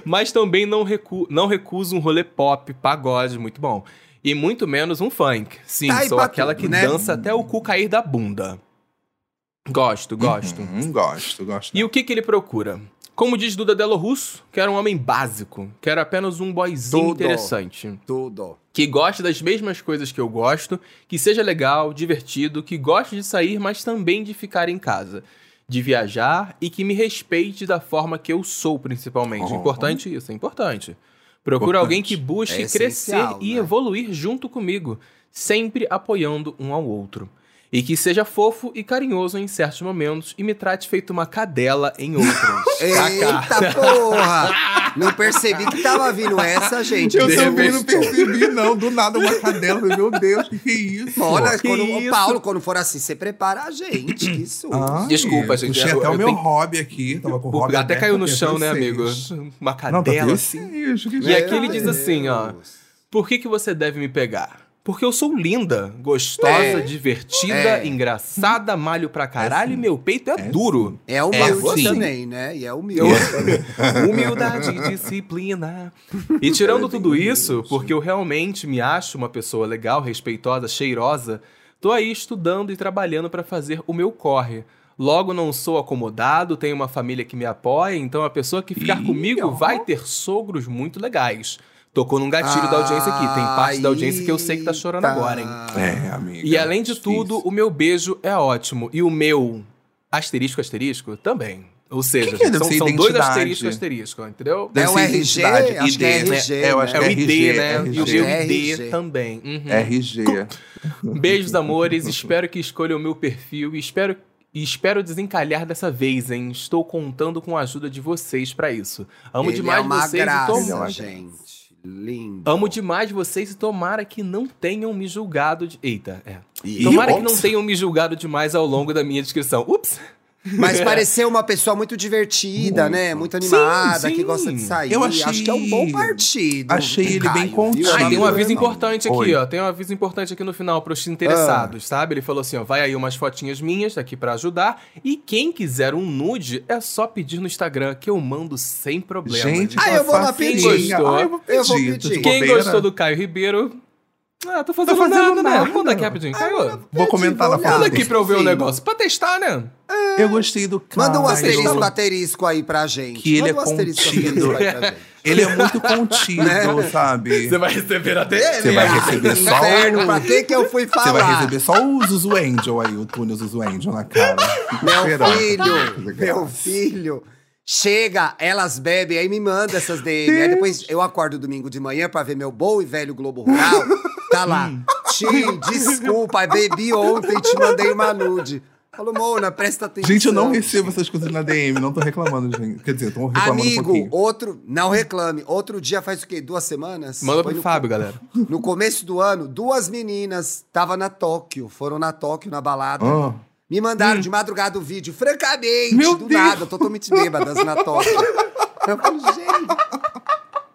Mas também não, recu não recuso um rolê pop, pagode, muito bom. E muito menos um funk. Sim,
Tá aí
sou
pra
aquela
tudo,
que
né?
dança até o cu cair da bunda.
Uhum.
Gosto, gosto.
Hum, gosto, gosto.
E o que, que ele procura? Como diz Duda Delo Russo, que era um homem básico, que era apenas um boyzinho
Tudo.
interessante.
Tudo.
Que goste das mesmas coisas que eu gosto, que seja legal, divertido, que goste de sair, mas também de ficar em casa. De viajar e que me respeite da forma que eu sou, principalmente.
Oh.
Importante isso, é importante. Procura
Importante.
alguém que busque
É
crescer
essencial,
e
né?
evoluir junto comigo, sempre apoiando um ao outro. E que seja fofo e carinhoso em certos momentos e me trate feito uma cadela em outros. Kaká.
Eita porra! Não percebi que tava vindo essa, gente.
Eu
De
também
repente-
não percebi, não. Do nada, uma cadela. Meu Deus, que que é isso?
Olha,
Que
quando,
isso? Ah.
o Paulo, quando for assim, você prepara a gente. Que susto.
Ai,
Desculpa, gente,
Puxei
eu-
até
eu
o meu
tenho-
hobby aqui. Tava com o
Pô,
hobby
Até
aberto,
caiu no
porque
chão, né, amigo?
vocês.
Uma
Não, tá É.
cadela. assim.
vocês, que
E aqui
gente.
ele diz assim, ó. Por que, que você deve me pegar? Porque eu sou linda, gostosa,
É.
divertida,
É.
engraçada, malho pra caralho
É
e
sim.
meu peito é,
É
duro.
É humilde
É, sim.
também, né? E é
Eu-
humilde.
Humildade e disciplina. E tirando tudo isso, porque eu realmente me acho uma pessoa legal, respeitosa, cheirosa, tô aí estudando e trabalhando pra fazer o meu corre. Logo, não sou acomodado, tenho uma família que me apoia, então a pessoa que ficar
Ih,
comigo
ó.
vai ter sogros muito legais. Tocou num gatilho da audiência aqui. Tem parte da audiência que eu sei que tá chorando
Eita.
agora, hein?
É, amigo.
E além de tudo, o meu beijo é ótimo. E o meu asterisco, asterisco, também. Ou seja,
Que que é
são,
dessa
são dois
identidade?
asterisco, asterisco, entendeu?
É o RG, acho que é
né?
RG,
É, eu acho
É
que
o
é
ID, né? E o meu
RG.
ID
RG.
também. Uhum.
RG.
Beijos, amores. espero que escolham o meu perfil e espero E espero desencalhar dessa vez, hein? Estou contando com a ajuda de vocês pra isso. Amo
Ele
demais
é uma
vocês
graça,
e
Ele é uma
tomara.
gente. Lindo.
Amo demais vocês e tomara que não tenham me julgado de. Eita, é.
E-
Tomara que
ops.
não tenham me julgado demais ao longo da minha descrição. Ups!
Mas pareceu uma pessoa muito divertida, né? Muito
Sim,
animada,
sim.
que gosta de sair.
Eu achei-
Acho que é um bom partido.
achei ele bem
viu?
contido.
Ah,
Não,
tem um
não,
aviso
não.
importante aqui,
Oi.
ó. Tem um aviso importante aqui no final pros
Ah.
interessados, sabe? Ele falou assim, ó, vai aí umas fotinhas minhas aqui pra ajudar. E quem quiser um nude, é só pedir no Instagram, que eu mando sem problema.
Gente,
Ah,
com
tá
eu
a
vou lá
facinha.
pedir.
Ah, eu vou pedir.
Eu vou
tô
pedir.
de
quem
bobeira.
gostou do Caio Ribeiro... Ah, tô fazendo,
fazendo
nada, né?
nada.
Manda aqui rapidinho. Caio,
Vou comentar na
manda
foto.
aqui pra eu ver o
Sim.
negócio. Pra testar, né?
Eu gostei do cara.
Manda um asterisco,
Ele-
asterisco aí pra gente.
Que
Manda
ele
um
é
asterisco,
contido.
asterisco aí pra gente.
Ele é muito contido, sabe?
Você vai receber até ele.
Você vai
né?
receber só-
Inferno, pra que que eu fui
Você
falar?
vai receber só o Zuzu Angel aí, o túnel Zuzu Angel na cara. Fica
Meu
esperando.
filho, meu filho. Chega, elas bebem, aí me manda essas DM. Aí depois eu acordo domingo de manhã pra ver meu bom e velho Globo Rural. Tá lá.
Hum.
Ti, desculpa, bebi ontem, te mandei uma nude. Falou, Mona, presta atenção.
Gente, eu não recebo essas coisas na DM, não tô reclamando, gente. Quer dizer, eu tô reclamando um
Amigo,
pouquinho.
outro. Não reclame. Outro dia faz o quê? Duas semanas?
Manda
Foi
pro
no-
Fábio, galera.
No começo do ano, duas meninas estavam na Tóquio, foram na Tóquio na balada.
Ah.
Me mandaram de madrugada o vídeo, francamente,
Hum. Meu
do
Deus.
nada, totalmente bêbadas na Tóquio. Eu falo, gente,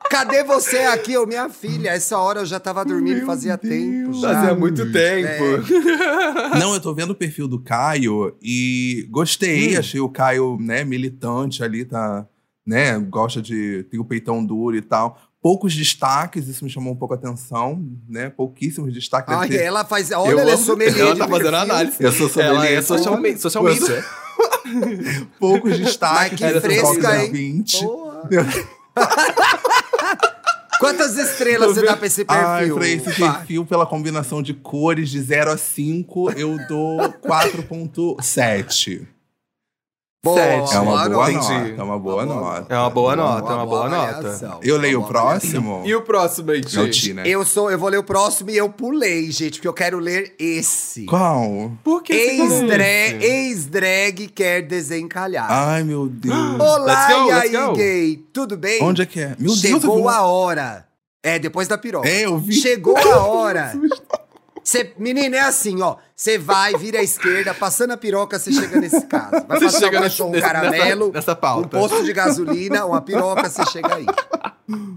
cadê você aqui? Eu, minha filha, essa hora eu já tava dormindo, fazia tempo. Já.
muito tempo.
É. Não, eu tô vendo o perfil do Caio e gostei,
Hum.
achei o Caio, né, militante ali, tá, né, gosta de tem o peitão duro e tal. Poucos destaques, isso me chamou um pouco a atenção, né? Pouquíssimos destaques. deve
Ai,
ter-
Ah, ela faz. Olha, ela é
amo-
sommelier.
Ela
de
tá fazendo
perfil.
análise.
Eu sou sommelier.
Ela é social,
Olha,
social
eu
media.
Poucos destaques.
que
deve ter
fresca,
toque de
hein?
20.
Boa. Quantas estrelas você dá pra esse
Ai,
perfil?
pra esse
Fá?
perfil, pela combinação de cores de 0 a 5, eu dou 4.7.
Boa,
Sete.
É uma
boa
boa
nota.
nota. É uma boa nota.
É uma boa nota, é
Boa,
uma boa, nota.
avaliação.
Eu leio
Uma
o
boa avaliação.
próximo.
E o próximo aí,
É o
Ti?
Ti, né?
Eu sou, eu vou ler o próximo e eu pulei, gente, porque eu quero ler esse.
Qual? é
Por que você um falou isso?
Ex-drag ex-drag quer desencalhar.
Ai, meu Deus.
Olá,
Let's go,
e
let's
aí,
go.
gay? Tudo bem?
Onde é que é? Meu
Chegou
Deus,
a hora. É, depois da piroca.
É, eu vi.
Chegou a hora. Cê, menina, é assim, ó. Você vai, vira à esquerda, passando a piroca, você chega nesse caso. Vai
Você
passar
chega
um
nesse-
cachorro, um
nessa-
caramelo,
nessa pauta.
um posto de gasolina, uma piroca, você chega aí.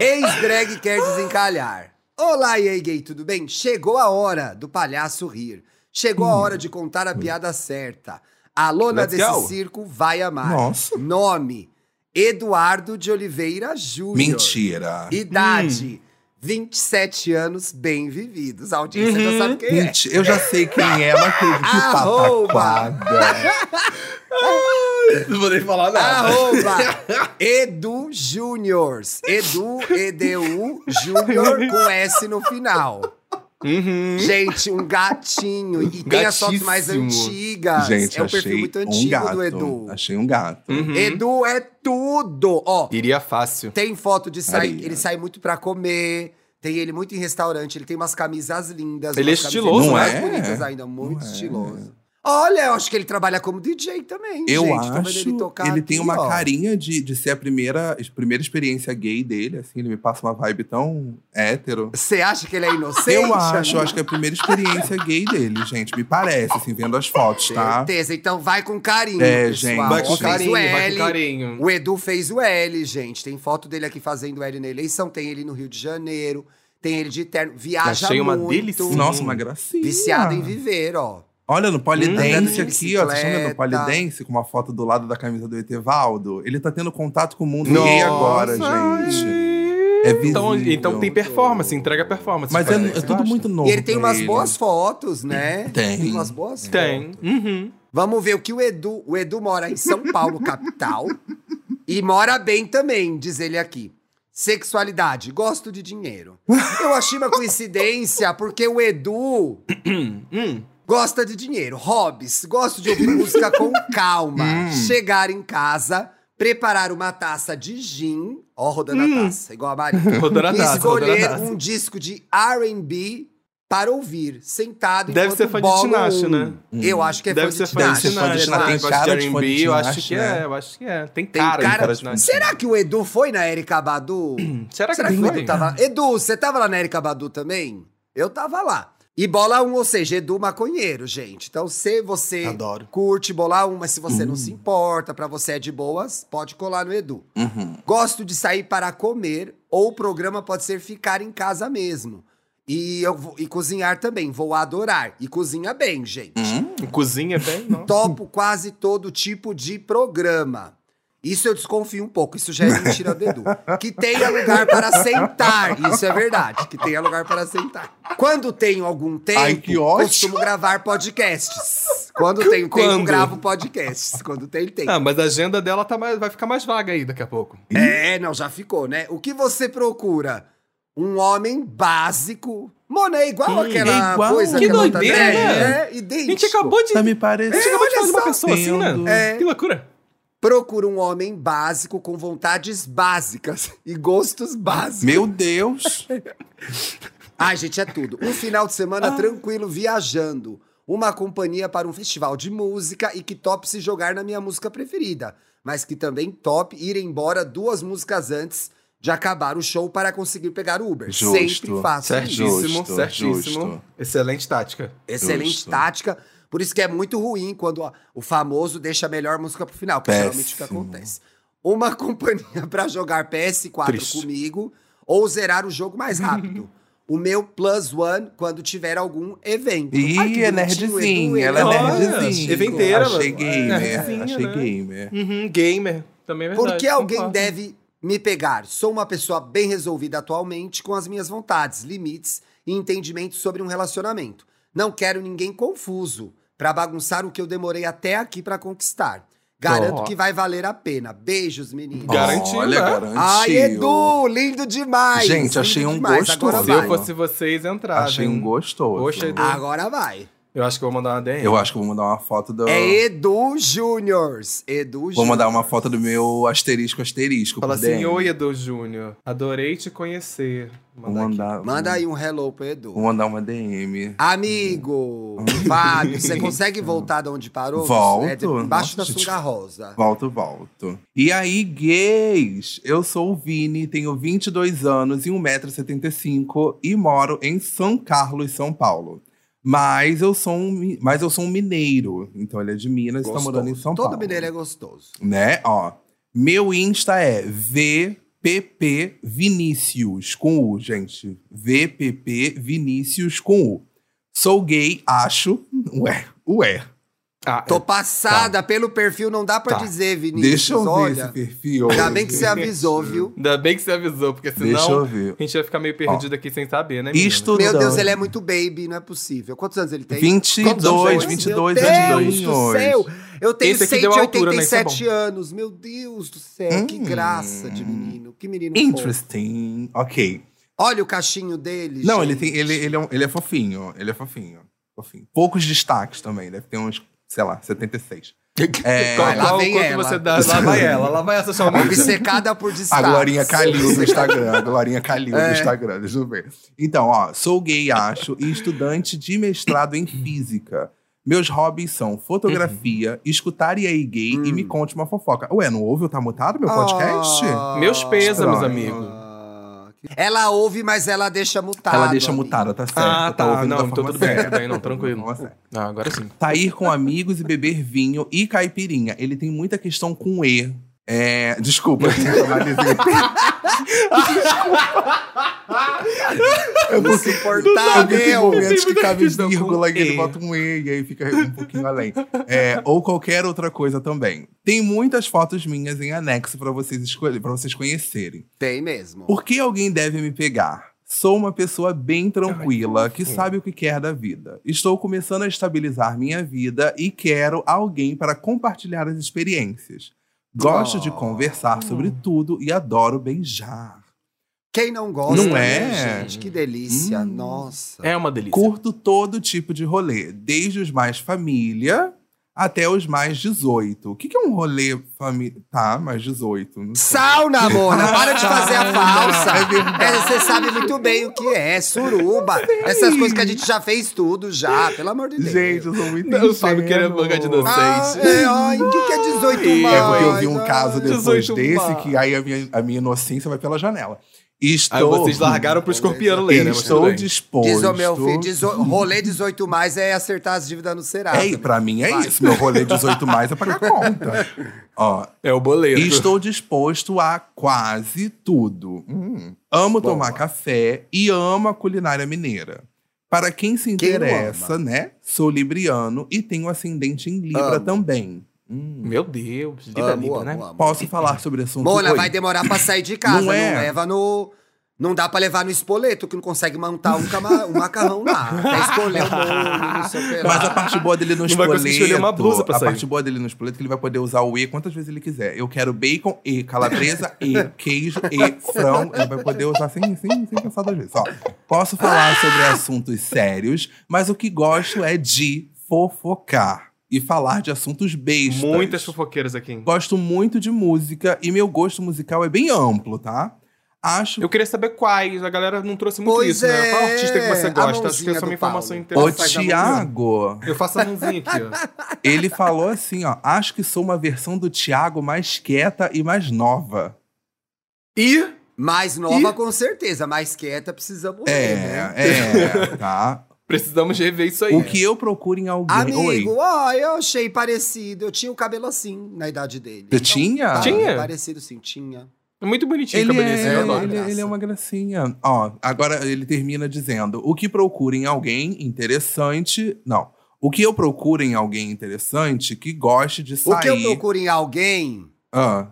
Ex-drag quer desencalhar. Olá, e aí, gay, tudo bem? Chegou a hora do palhaço rir. Chegou a hora de contar a piada certa. A lona
Let's
desse
go.
circo vai amar.
Nossa.
Nome: Eduardo de Oliveira Júnior.
Mentira.
Idade: 27 anos bem vividos. A audiência já sabe quem é.
Menti- Eu já sei quem é, mas que, que
Arroba.
pataquada.
Não vou nem falar nada.
Arroba Edu Júniors. Edu, EDU, Júnior com S no final.
Uhum.
Gente, um gatinho. E tem as fotos mais
Gatíssimo.
antigas.
Gente,
é um
achei
perfil muito
um
antigo
gato.
do Edu.
Achei um gato.
Uhum.
Edu é tudo. Ó,
Iria fácil.
Tem foto de sair,
Maria.
ele sai muito pra comer. Tem ele muito em restaurante, ele tem umas camisas lindas.
Ele é
umas camisetas
estiloso,
não
mais
é?
bonitas ainda, muito
Não é.
estiloso. Olha, eu acho que ele trabalha como DJ também,
Eu
gente. Tô vendo
acho. Ele,
tocar
tem
aqui,
uma
ó.
carinha de, de ser a primeira, a primeira experiência gay dele, assim. Ele me passa uma vibe tão hétero.
Você acha que ele é inocente?
Ah, eu acho, eu
Ana?
acho que é a primeira experiência gay dele, gente. Me parece, assim, vendo as fotos, tá?
Certeza, então vai com carinho,
É,
pessoal.
gente,
Vai com
Fez
carinho,
o
vai
L,
com carinho.
O Edu fez o L, gente. Tem foto dele aqui fazendo L na eleição, tem ele no Rio de Janeiro, tem ele de terno. Viaja
Achei uma
muito.
delícia.
Nossa, uma gracinha.
um Viciado em viver, ó.
Olha, no Polidense
Hum.
aqui, ó. Vocês estão vendo
Bicicleta.
o Polidense com uma foto do lado da camisa do Etevaldo? Ele tá tendo contato com o mundo
Nossa,
gay agora,
ai.
gente. É
Então,
visível.
então tem performance, entrega performance. Tipo,
Mas
pra
é,
ele.
é tudo muito novo.
E ele tem
pra
umas
ele.
boas fotos, né?
Tem.
umas boas
Tem.
fotos.
Uhum.
Vamos ver o que o Edu. O Edu mora em São Paulo, capital. E mora bem também, diz ele aqui. Sexualidade, gosto de dinheiro. Eu achei uma coincidência, porque o Edu
Hum.
gosta de dinheiro. Hobbies, gosto de ouvir música com calma.
Hum.
Chegar em casa, preparar uma taça de gin. Ó, rodando a taça, igual a Maria.
Hum. Rodando a
E um
taça, rodando a
escolher
taça.
um disco de R&B para ouvir, sentado
Deve ser fã de
bola
tinache,
um.
né?
Eu acho que é
Deve
fã
ser
de
fã de
tinache.
Deve ser fã
Tinashe.
de
né?
Tinashe.
Tem
Tem cara de fã de
R&B, eu acho
Tinashe,
que
né?
é, eu acho que é. Tem
Tem
cara,
cara,
de
de
Tinashe.
Será que o Edu foi na Erika Badu?
Será que
Será que tá
ele
o
foi?
Edu tava... Edu, você tava lá na Erika Badu também? Eu tava lá. E Bola 1, ou seja, Edu maconheiro, gente. Então, se você
Adoro.
curte Bola 1, mas se você
Hum.
não se importa, pra você é de boas, pode colar no Edu.
Uhum.
Gosto de sair para comer, ou o programa pode ser ficar em casa mesmo. E, eu vou- e cozinhar também, vou adorar. E cozinha bem, gente.
Hum?
Um Cozinha bem, não?
Topo quase todo tipo de programa. Isso eu desconfio um pouco, isso já é mentira do Edu. Que tenha lugar para sentar, isso é verdade, que tenha lugar para sentar. Quando tenho algum tempo,
Ai, que ótimo.
costumo gravar podcasts. Quando tenho
Quando?
tempo, gravo podcasts. Quando tem tempo.
Ah, mas a agenda dela tá mais, vai ficar mais vaga aí daqui a pouco.
É, não, já ficou, né? O que você procura? Um homem básico. Mano, é igual
Hum,
aquela
é igual.
coisa
Que
aquela outra
doideira,
drag,
né?
né?
A
Idêntico.
gente acabou de...
Tá me
A gente
parecendo.
acabou de falar de uma
olha
pessoa assim,
Tendo.
né?
É.
Que loucura.
Procura um homem básico com vontades básicas e gostos básicos.
Meu Deus!
Ai, gente, é tudo. Um final de semana tranquilo viajando. Uma companhia para um festival de música e que top se jogar na minha música preferida. Mas que também top ir embora duas músicas antes de acabar o show para conseguir pegar o Uber.
Justo.
Sempre faço isso.
Certíssimo,
Assim, Justo,
certíssimo.
justo.
Excelente tática.
Excelente
Justo.
tática. Por isso que é muito ruim quando ó, o famoso deixa a melhor música pro final, que é geralmente o que
Péssimo.
acontece. Uma companhia pra jogar PS4
Triste.
comigo ou zerar o jogo mais rápido. o meu plus one quando tiver algum evento.
Ih,
Ai, que
é
bonitinho, Edu,
nerdzinha, ela é
Olha,
nerdzinha.
eventeira,
Achei
mano.
gamer,
Nerdzinha,
achei
né?
gamer.
Uhum, gamer. Também é verdade.
Por que alguém
concordo.
deve me pegar? Sou uma pessoa bem resolvida atualmente com as minhas vontades, limites e entendimentos sobre um relacionamento. Não quero ninguém confuso pra bagunçar o que eu demorei até aqui pra conquistar. Garanto
Ó.
que vai valer a pena. Beijos, meninos.
Gar- Garantiu,
Olha,
né?
garantiu.
Ai, Edu, lindo demais.
Gente,
lindo
achei um
demais.
gosto,
Agora
Se eu
viu?
vai.
fosse vocês, entravam.
Achei um
hein?
gostoso.
Poxa, Edu.
Agora vai.
Eu acho que eu vou mandar uma DM.
Eu acho que eu vou mandar uma foto do.
É Edu Juniors. Edu
Vou mandar uma
Júniors.
foto do meu asterisco asterisco.
Fala
por
assim,
DM.
oi, Edu Júnior. Adorei te conhecer.
Vou
Mandar aqui.
mandar,
Manda aí um hello pro Edu.
Vou mandar uma DM.
Amigo, Fábio, você consegue voltar de onde parou?
Volto.
É debaixo da
Nossa,
sunga rosa.
Volto, volto. E aí, gays? Eu sou o Vini, tenho 22 anos e 1,75m e moro em São Carlos, São Paulo. Mas eu sou um, mi- mas eu sou um mineiro, então ele é de Minas e tá morando em São
Todo
Paulo.
mineiro é gostoso.
Né? Ó, meu Insta é VPP Vinícius com U, gente. VPP Vinícius com U. Sou gay, acho. Ué, ué. É.
Ah,
Tô passada pelo perfil, não dá pra
Tá.
dizer, Vinícius.
Tá. Deixa eu ver
Olha,
esse perfil.
ainda bem que você é avisou, viu?
Ainda bem que você avisou, porque senão
Deixa eu ver.
a gente vai ficar meio perdido aqui sem saber, né, menina?
Isto
Meu Deus, ele é muito baby, não é possível. Quantos anos ele tem?
22, 22,
Meu Deus
22.
do céu! Eu tenho
Esse aqui deu altura, né? Isso é
187 anos. Meu Deus do céu, que
Hum.
graça de menino. Que menino fofo.
Interesting. Ok.
Olha o cachinho dele,
Não,
gente.
ele, tem, ele, ele, é um- ele é fofinho. Ele é fofinho. fofinho. Poucos destaques também. Deve ter uns, sei lá, 76. É,
Qual,
Vai, lá
qual-
vem
qual que
ela.
você dá? Lá vai ela, lá vai essa sua mídia.
Obcecada por
a
destaques. É.
Glorinha Calil do Instagram. A Glorinha Calil do Instagram. Deixa eu ver. Então, ó. Sou gay, acho, e estudante de mestrado em física. Meus hobbies são fotografia, escutar e aí gay e me conte uma fofoca. Ué, não ouve o Tá Mutado, meu podcast?
Hum. Ah,
Meus pêsames,
Estranho.
amigo.
Ela ouve, mas ela deixa mutada.
Ela deixa
amigo.
mutada, tá certo.
Ah, tá.
ouvindo Tá. da
Não, então
forma
tudo bem,
certa.
tudo bem. Não, tranquilo.
Nossa.
Ah, agora sim.
Sair com amigos e beber vinho e caipirinha. Ele tem muita questão com E. É, desculpa, eu tinha chamado de vinho.
É
Porque tem
Insuportável.
momentos que
muita
cabe
questão com
vírgula e
E.
ele bota um E e aí fica um pouquinho além. É, ou qualquer outra coisa também. Tem muitas fotos minhas em anexo pra vocês escolherem, para vocês conhecerem.
Tem mesmo.
Por que alguém deve me pegar? Sou uma pessoa bem tranquila, que sabe o que quer da vida. Estou começando a estabilizar minha vida e quero alguém para compartilhar as experiências. Gosto de
Oh.
conversar sobre tudo e adoro beijar.
Quem não gosta,
Não
né,
é?
gente? Que delícia.
Hum.
Nossa.
É uma delícia.
Curto todo tipo de rolê, desde os mais família até os mais 18. O que, que é um rolê família? Tá, mais 18. não sei.
Sauna, Mona, para de fazer a falsa.
É verdade.
É, você sabe muito bem o que é, suruba. Essas coisas que a gente já fez tudo, já, pelo amor de Deus.
Gente, eu sou muito
Não, o Fábio queria
ingênuo.
manga de dançar.
ah,
gente.
é, ai, o que, que é 18
Ai,
mais?
É porque eu vi um
Ai,
caso depois
18
desse
bar.
que aí a minha, a minha inocência vai pela janela. E Estou,
Aí vocês largaram pro escorpião ler, né? Mas tudo
Estou
bem.
disposto.
Diz o meu filho, dezo- rolê 18 mais é acertar as dívidas no Serasa. né?
É, pra mim é
Vai.
isso. Meu rolê 18 mais é pagar conta. Ó,
É o boleto.
E Estou disposto a quase tudo. Hum. Amo tomar café e amo a culinária mineira. Para quem se
Quem não
interessa, né? Sou libriano e tenho ascendente em Libra
Amo.
também. Hum.
Meu Deus, lida
Amo,
lida,
amo,
né?
amo.
Posso falar sobre assunto?
Mona,
Oi.
vai demorar pra sair de casa.
Não
Não,
é.
leva no. Não dá pra levar no espoleto, que não consegue montar um, cama- um macarrão lá. Até escolher o molho, não sei o que lá.
Mas a parte boa dele no
Não vai
espoleto.
conseguir escolher uma blusa pra
a
sair.
parte boa dele no espoleto é que ele vai poder usar o E quantas vezes ele quiser. Eu quero bacon e calabresa e queijo e frango. Ele vai poder usar sem, sem, sem pensar duas vezes. Ó, posso falar sobre assuntos sérios, mas o que gosto é de fofocar e falar de assuntos bestas.
Muitas fofoqueiras aqui.
Gosto muito de música e meu gosto musical é bem amplo, tá? Acho
Eu queria saber quais. A galera não trouxe muito
Pois
isso, né? Qual
é,
artista que você
a
gosta? Acho que
mãozinha
essa é uma
do
informação
Paulo.
o
interessante.
Tiago.
Eu faço a mãozinha aqui, ó.
Ele falou assim, ó. Acho que sou uma versão do Thiago mais quieta e mais nova.
E
Mais nova, com certeza. Mais quieta, precisamos ver, né?
É, é, tá.
precisamos rever isso aí.
O que eu procuro em alguém.
Amigo,
Oi.
ó, eu achei parecido. Eu tinha o cabelo assim na idade dele.
Você tinha?
tá,
Tinha?
Parecido sim, tinha.
É muito bonitinho o
Ele
cabelinho assim, eu
é,
adoro.
ele,
graça.
ele é uma gracinha. Ó, agora ele termina dizendo: o que procuro em alguém interessante. Não. O que eu procuro em alguém interessante que goste de sair.
O que eu procuro em alguém?
Ah,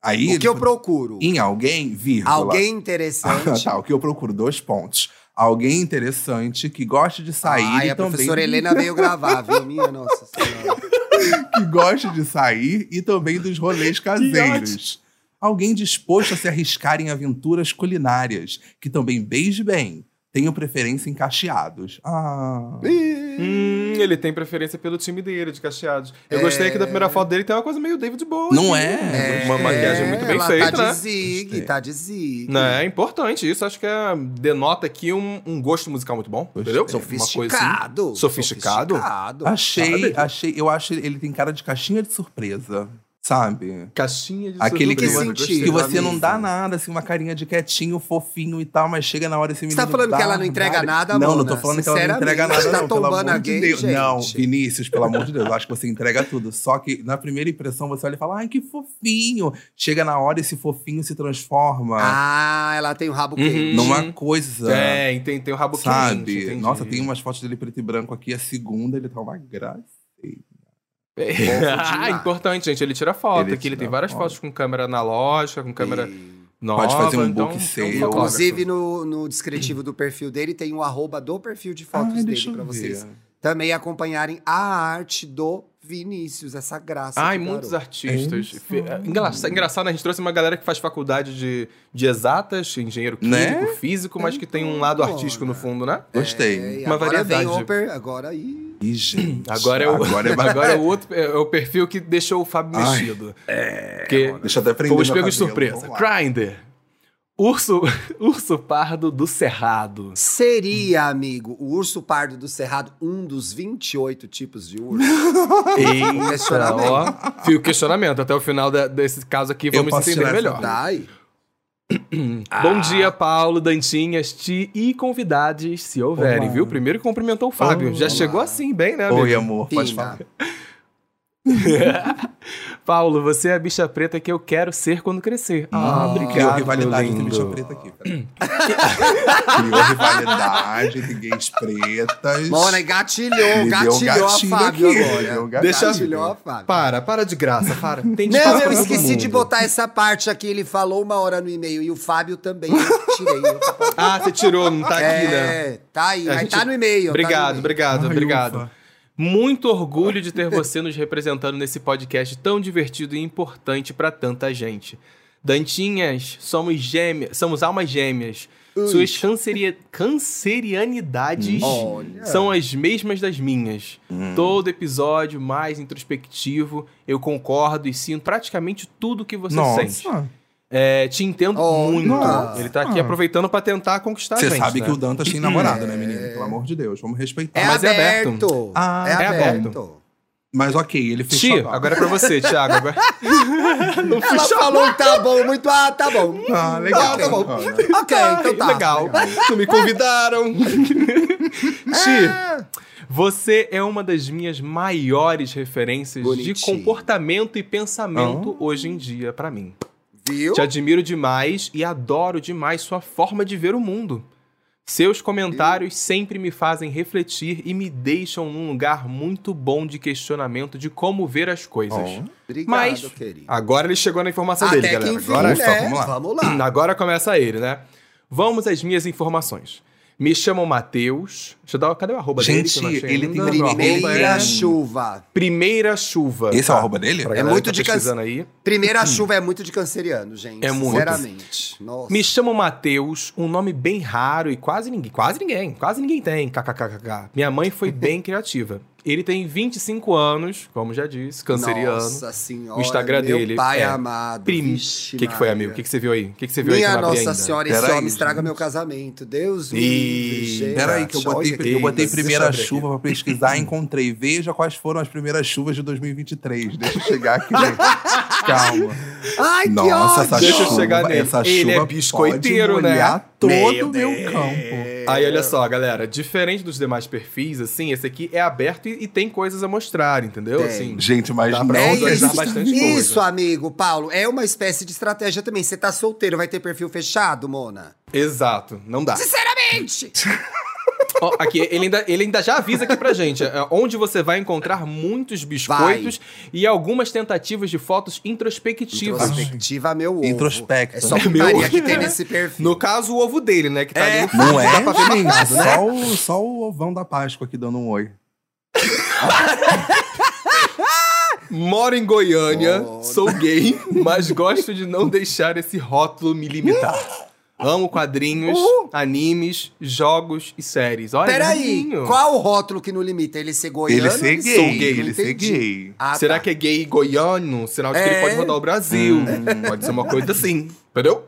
aí
o
ele
que eu
fala,
procuro?
em alguém, vírgula.
Alguém
Ah,
interessante.
tá, o que eu procuro, dois pontos. Alguém interessante que goste de sair
Ai,
e
a
também
professora Helena veio gravar, viu? Minha nossa senhora.
que goste de sair e também dos rolês caseiros. Alguém disposto a se arriscar em aventuras culinárias, que também beije bem. Tenho preferência em cacheados. Ah.
Hum, ele tem preferência pelo time dele, de cacheados. Eu
É.
gostei aqui da primeira foto dele, tem uma coisa meio David Bowie.
Não é?
Uma maquiagem muito bem
ela
feita,
tá
né?
de zig, tá de zig.
Né, É importante isso, acho que é- denota aqui um, um gosto musical muito bom, entendeu? Uma coisa assim.
Sofisticado.
Sofisticado?
Sofisticado.
Achei,
Sabe?
achei. Eu acho ele tem cara de caixinha de surpresa, sabe?
Caixinha de
Aquele que,
surpresa,
vo-
eu gostei.
sentido,
que você não
amigo?
dá nada, assim, uma carinha de quietinho, fofinho e tal, mas chega na hora esse
Você
menino.
tá falando
dá
que ela não entrega
várias-
nada,
Não, não
Mona?
tô falando que ela não entrega
Sinceramente,
nada,
tá
não, pelo
tombando
amor
a
de
gay,
Deus.
gente.
Não, Vinícius, pelo amor de Deus, eu acho que você entrega tudo. Só que na primeira impressão você olha e fala, ai, que fofinho. Chega na hora esse fofinho se transforma
Ah, É, ela tem o rabo
Uhum.
quente.
numa coisa.
Tem, É, tem, tem o
um
rabo quente,
Sabe?
entendi.
Nossa, tem umas fotos dele preto e branco aqui. A segunda, ele tá uma graça.
ah, importante, gente. Ele tira foto
Ele
aqui. Ele
tira
tem várias
foto.
fotos com câmera analógica, com câmera
E-
nova.
fazer um
então,
book
é
seu.
fotógrafo.
Inclusive, no, no descritivo do perfil dele, tem o arroba do perfil de fotos
Ai, deixa
dele
eu
pra vocês
ver.
também acompanharem a arte do Vinícius, essa graça.
Ai,
do
muitos
garoto.
artistas.
Isso.
Fe- é Engraçado, engraçado, né? A gente trouxe uma galera que faz faculdade de, de exatas, engenheiro químico,
Né?
físico, mas que tem um
Então,
lado
bora.
artístico no fundo, né?
É,
Gostei.
e
Uma
agora vem
variedade.
o per- agora aí.
Ih, gente.
Agora é o, agora
Agora
é,
é
o outro, é o perfil que deixou o Fábio
Ai,
mexido. É,
Deixa eu até prender
Fomos pegos de
meu cabelo,
surpresa.
vamos lá.
Grindr. Urso, urso pardo do cerrado.
Seria, amigo, o urso pardo do cerrado um dos 28 tipos de urso?
Eita,
questionamento.
ó. Fica o questionamento. Até o final da- desse caso aqui,
Eu
vamos
posso
entender
tirar essa
melhor.
dúvida.
Dai.
Bom dia, Paulo, Dantinhas, Ti e convidados, se houverem,
Olá.
viu? Primeiro que cumprimentou o Fábio.
Olá.
Já chegou assim, bem, né,
Oi,
amigo?
amor. Pode
Pina.
falar.
Paulo, você é a bicha preta que eu quero ser quando crescer. Ah, obrigado.
Hum. Criou rivalidade
meu
entre bicha
lindo.
preta aqui. peraí. Criou rivalidade entre gays pretas.
Mona, engatilhou,
Me deu um
né, gatilhou a
gatilho
Fábio
aqui, me deu um
agora.
gatilho.
Gatilhou a Fábio.
Para, para de graça, para. Tem
Não,
espaço
eu
pra todo
esqueci de
tá mundo.
botar essa parte aqui. Ele falou uma hora no e-mail e o Fábio também. Eu tirei. Eu tô falando.
Ah, você tirou, não tá aqui, né?
é, tá aí.
A
Mas
gente-
tá no e-mail.
Obrigado,
tá no e-mail.
obrigado,
Ai,
obrigado.
ufa.
Muito orgulho de ter você nos representando nesse podcast tão divertido e importante pra tanta gente. Dantinhas, somos gêmeas, somos almas gêmeas. Suas canceria... cancerianidades
Hum.
Olha.
são as mesmas das minhas. Todo episódio mais introspectivo, eu concordo e sinto praticamente tudo que você sente.
Nossa.
É, te entendo
Oh,
muito.
nossa.
Ele tá aqui aproveitando pra tentar conquistar a
Você
gente.
sabe
né?
que o Dantas tem namorado, né, menino? Pelo amor de Deus, vamos respeitar.
É
mas é aberto.
aberto.
Ah,
é
é
aberto.
aberto.
Mas ok, ele fechou
Ti, agora é pra você, Thiago. Agora... Não
Ela
puxa
falou tá bom, muito ah, tá bom.
Ah, legal.
Ah, tá bom.
Olha.
ok, então tá.
Legal. Não me convidaram.
É.
Ti, você é uma das minhas maiores referências
Bonitinho.
de comportamento e pensamento hoje em dia pra mim.
Viu?
Te admiro demais e adoro demais sua forma de ver o mundo. Seus comentários sempre me fazem refletir e me deixam num lugar muito bom de questionamento de como ver as coisas.
Obrigado,
Mas-
querido.
Agora ele chegou na informação
Até
dele,
que
galera.
enfim,
Agora- é
ufa,
né?
vamos lá.
Vamos lá.
Agora começa ele, né? Vamos às minhas informações. Me chamam Matheus. Deixa eu dar. Cadê o arroba dele? que eu não
Gente,
achei
ele
ainda?
tem
Meu arroba
Primeira
é-
chuva.
Primeira chuva.
Esse é o
Tá.
arroba dele?
Pra galera
muito
que
de
tá
canse-
pesquisando aí.
Primeira chuva é muito de canceriano, gente.
Hum. É muito.
Sinceramente. Nossa.
Me chamam Matheus, um nome bem raro e quase ninguém, quase ninguém, quase ninguém tem. KKKKK. Minha mãe foi bem criativa. Ele tem 25 anos, como já disse, canceriano.
Nossa senhora.
O Instagram
meu
dele
Pai
é
amado.
Prim.
Vixe
O que, que foi,
Maria.
amigo? O que, que você viu aí? O que, que você viu aí
Minha
que eu não abri
Nossa
ainda?
Senhora, esse
Peraí,
homem estraga
gente.
meu casamento. Deus me
Ih,
livre, gente.
Peraí, que eu botei,
Olha
eu botei
isso.
primeira
deixa eu abrir
chuva pra pesquisar e encontrei. Veja quais foram as primeiras chuvas de 2023. Deixa eu chegar aqui, gente. Calma.
Ai, que
Nossa,
ódio.
essa
Deixa eu
chuva,
chegar nele.
essa
Ele
chuva
é biscoiteiro,
pode
né?
molhar todo
Meu
o meu
Deus.
campo.
Aí, olha só, galera. Diferente dos demais perfis, assim, esse aqui é aberto e, e tem coisas a mostrar, entendeu?
Tem.
Assim,
Gente, mas
Dá
não...
pra
É
Pronto,
isso,
já bastante coisa.
isso amigo, Paulo. É uma espécie de estratégia também. Você tá solteiro, vai ter perfil fechado, Mona?
exato. Não dá.
Sinceramente!
Ó, aqui, ele ainda, ele ainda já avisa aqui pra gente, é, onde você vai encontrar muitos biscoitos e algumas tentativas de fotos introspectivas.
Introspectiva, meu ovo.
Introspecto.
É só
É
meu
putaria
ovo.
que tem nesse perfil.
No caso, o ovo dele, né? Que tá ali no fundo,
Não
dá pra ver
é,
marcado,
gente?
né?
Só o, só o ovão da Páscoa aqui dando um oi.
Moro em Goiânia,
Oh.
sou gay, mas gosto de não deixar esse rótulo me limitar. Amo quadrinhos, animes, jogos e séries. Olha,
Peraí,
lindo.
qual o rótulo que não limita? Ele ser goiano?
Ele ser
Não
gay,
entendi.
ele ser gay.
Ah,
Será
tá.
que é gay goiano? Sinal de que
É.
ele pode rodar o Brasil. Pode ser uma coisa assim, entendeu?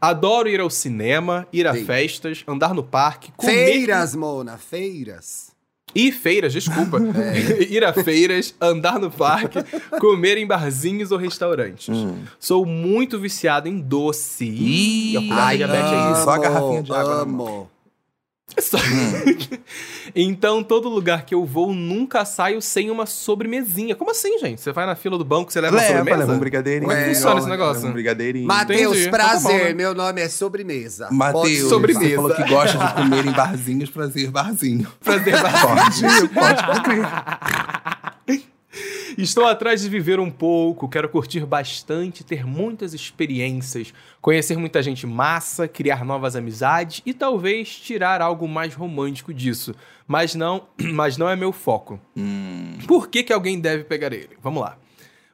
Adoro ir ao cinema, ir a
Sim.
festas, andar no parque, comer...
Feiras, Mona, feiras.
E feiras, desculpa. ir a feiras, andar no parque, comer em barzinhos ou restaurantes.
Hum.
Sou muito viciado em doce.
Ih,
a cuidado de
ai,
diabetes é isso.
só a garrafinha de água na
Amo.
Só- então, todo lugar que eu vou, nunca saio sem uma sobremesinha. Como assim, gente? Você vai na fila do banco, você leva, uma
Leva,
sobremesa?
leva um brigadeirinho.
Como é que
funciona esse negócio?
Leva um brigadeirinho.
Matheus,
Entendi.
prazer.
Tá bom, né?
Meu nome é Sobremesa. Pode
Matheus,
ser.
sobremesa.
você falou que gosta de comer em barzinhos, prazer barzinho.
Prazer, vai.
Pode, pode comer.
Estou atrás de viver um pouco, quero curtir bastante, ter muitas experiências, conhecer muita gente massa, criar novas amizades e talvez tirar algo mais romântico disso. Mas não, mas não é meu foco.
Hum.
Por que, que alguém deve pegar ele? Vamos lá.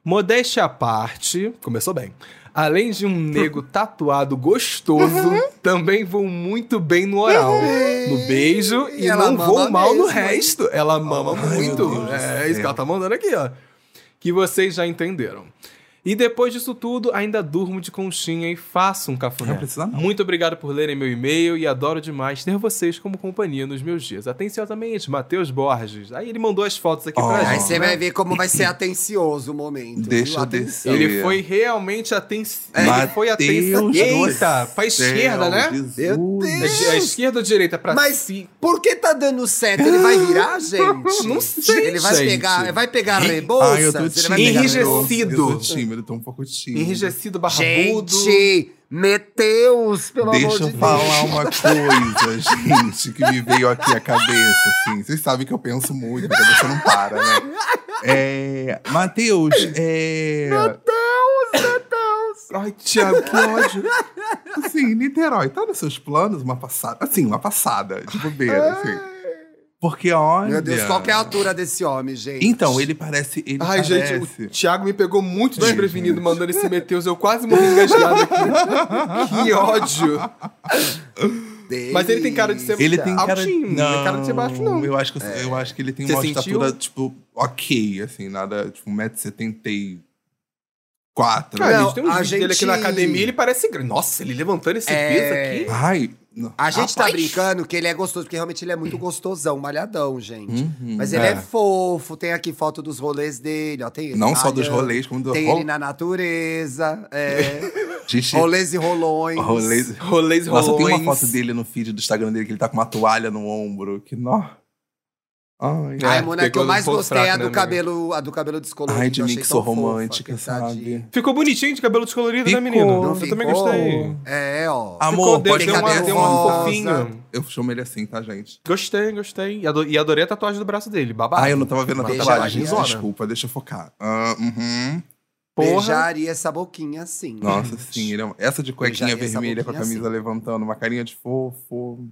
Modéstia à parte, começou bem. Além de um nego tatuado gostoso,
Uhum.
também vou muito bem no oral, no beijo
E
e,
ela
não
mama
vou mal no
mesmo, hein?
resto. Ela mama
Ai,
muito.
meu Deus do
É isso que ela tá mandando aqui, ó. Que vocês já entenderam. E depois disso tudo, ainda durmo de conchinha e faço um cafuné.
Não precisa não.
Muito obrigado por lerem meu e-mail e adoro demais ter vocês como companhia nos meus dias. Atenciosamente, Matheus Borges. Aí ele mandou as fotos aqui pra
Ó.
gente.
Aí você
né?
vai ver como vai ser atencioso o momento.
Deixa
viu?
eu
Aten-
descer.
Ele foi realmente atencioso. É, Ele
É, Mateus
foi atencioso.
do
Eita, pra
céu,
esquerda, né?
Jesus.
Meu Deus.
É esquerda ou direita? Pra
Mas
si.
por que tá dando certo? Ele vai virar, gente?
Não sei,
Ele vai
gente.
pegar, vai pegar rebolsa?
Ai, eu tô
Ele
tímido.
vai pegar
Enrijecido.
Rebouças?
Eu tô tímido, tô um pouco tímido.
Enrijecido, barbudo.
Gente, Meteus, pelo
Deixa eu
amor de Deus.
falar uma coisa, gente, que me veio aqui a cabeça, assim. Vocês sabem que eu penso muito, minha cabeça não para, né? É, Matheus, é...
Ai, Thiago, que ódio.
Assim, Niterói, tá nos seus planos uma passada? Assim, uma passada, de bobeira, assim. Porque, olha.
Meu Deus, qual que é a altura desse homem, gente?
Então, ele parece. Ele
Ai,
parece.
gente, o Thiago me pegou muito desprevenido mandando esse Meteus. Eu quase morri engasgado aqui. que ódio. Mas ele tem cara de ser
Ele tem cara,
altinho, não tem cara de ser baixo, não.
Eu acho que, eu acho que ele tem
Você
uma
sentiu?
estatura, tipo, ok, assim, nada, tipo, 1,74m.
Cara, a
Não,
gente tem um
a
vídeo dele aqui
gente-
na academia, ele parece grande. Nossa, ele levantando esse
É.
peso aqui.
Ai, não.
A gente tá
Rapaz.
brincando que ele é gostoso, porque realmente ele é muito gostosão, malhadão, gente.
Uhum,
Mas ele é.
é.
fofo, tem aqui foto dos rolês dele, ó. Tem ele
não só dos
malhando,
rolês, como do
Tem
rol-
ele na natureza, é,
Gente,
rolês e rolões.
rolês.
Rolês
Nossa, tem uma
rolões.
foto dele no feed do Instagram dele que ele tá com uma toalha no ombro. Que nó. Ai,
É,
Ai, Mona, que
pegou
eu
no
mais
ponto
gostei é a
fraco,
do
né, amiga?
cabelo, a do cabelo descolorido.
ai de
eu
mim
achei
que
tão
sou
fofa,
romântica,
que
sabe?
tadinha.
Ficou bonitinho de cabelo descolorido,
Ficou.
né, menino?
Não
eu também gostei.
É, ó.
Ficou,
Amor,
deu,
pode
deu,
ficar
uma,
cabeça
deu uma
rosa.
fofinha.
Eu chamo ele assim, tá, gente?
Gostei, gostei. E ado- E adorei a tatuagem do braço dele, babado.
Ah, eu não tava vendo a
Beijo,
tatuagem, gente.
né?
Mariana.
Desculpa, deixa eu focar. Ah, uhum.
Porra.
Beijaria essa boquinha assim.
Nossa, sim. ele é um- Essa de cuequinha
Beijaria essa assim?
vermelha com a
boquinha
camisa levantando, uma carinha de fofo.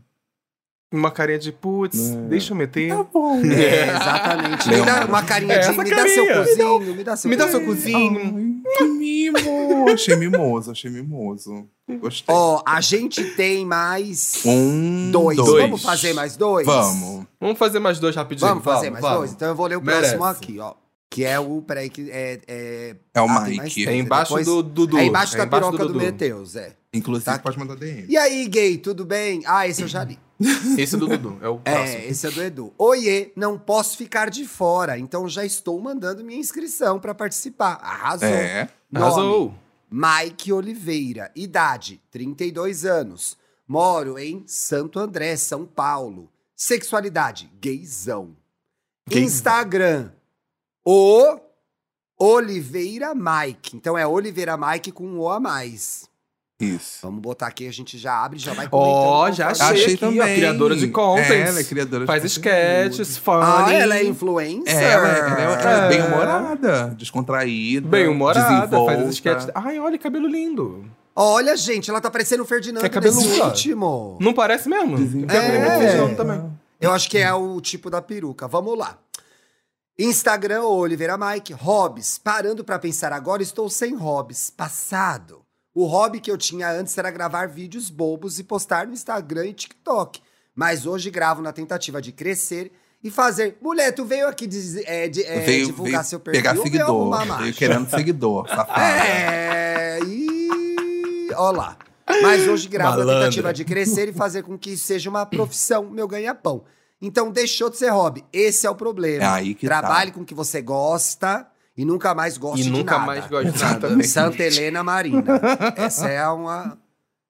Uma carinha de putz,
É.
deixa eu meter.
Tá bom.
um
É, exatamente. me dá
Leandro.
uma carinha
É,
de.
essa
Me dá seu
carinha.
cozinho, me dá seu
Me dá seu
cozinho.
cozinho.
Ai, que mimo. achei mimoso, achei mimoso. Gostei.
Ó, a gente tem mais
um,
dois.
dois.
Vamos fazer mais dois?
Vamos.
Vamos fazer mais dois rapidinho.
Vamos fazer mais dois? Então eu vou ler o
Merece.
próximo aqui, ó. Que é o. Peraí, que é. é
É o
Ah, tem mais
Mike.
É embaixo
Depois-
do Dudu.
é embaixo da piroca do,
Dudu.
Meteus, é.
Inclusive,
Tá.
pode mandar DM.
E aí, gay, tudo bem? Ah, esse eu já li.
Esse é do Dudu, é o próximo.
É, esse é do Edu. Oiê, não posso ficar de fora, então já estou mandando minha inscrição pra participar. Arrasou.
É.
Nome,
Arrasou.
Mike Oliveira, idade 32 anos. Moro em Santo André, São Paulo. Sexualidade, gayzão.
Gayzão.
Instagram, o Oliveira Mike. Então é Oliveira Mike com um O a mais.
Isso.
Vamos botar aqui, a gente já abre, já vai
Ó,
comentando
já
conforme-
Achei aqui, ó, criadora de contents.
É, ela é criadora
Faz
de conteúdo.
sketches, funny.
Ah, ela é influencer.
É, ela, é- ela é- ela é
É.
bem humorada, descontraída.
Bem humorada, faz
desenvolta.
as sketches. Ai, olha, cabelo lindo.
Olha, gente, ela tá parecendo o Ferdinando
É cabeluda.
nesse último.
Não parece mesmo?
Desenvolta.
Tem aquele
É.
monte de nome também.
Eu acho que é o tipo da peruca. Vamos lá. Instagram, Oliveira Mike. Hobbies. Parando pra pensar agora, estou sem hobbies. Passado. O hobby que eu tinha antes era gravar vídeos bobos e postar no Instagram e TikTok. Mas hoje gravo na tentativa de crescer e fazer. Mulher, tu veio aqui dizer- é, de- é,
veio,
divulgar
veio
seu perfil.
pegar
ou veio arrumar
seguidor.
macho?
Veio querendo seguidor, safado.
Ah.
É, e... Ó lá. Mas hoje gravo na
Malandra.
tentativa de crescer e fazer com que isso seja uma profissão, meu ganha-pão. Então deixou de ser hobby. Esse é o
É
problema.
aí que
tá.
Trabalhe com o que você gosta e nunca mais goste
E
de
nunca
nada.
mais gosto de nada.
Exatamente.
Santa Helena Marina. Essa é uma,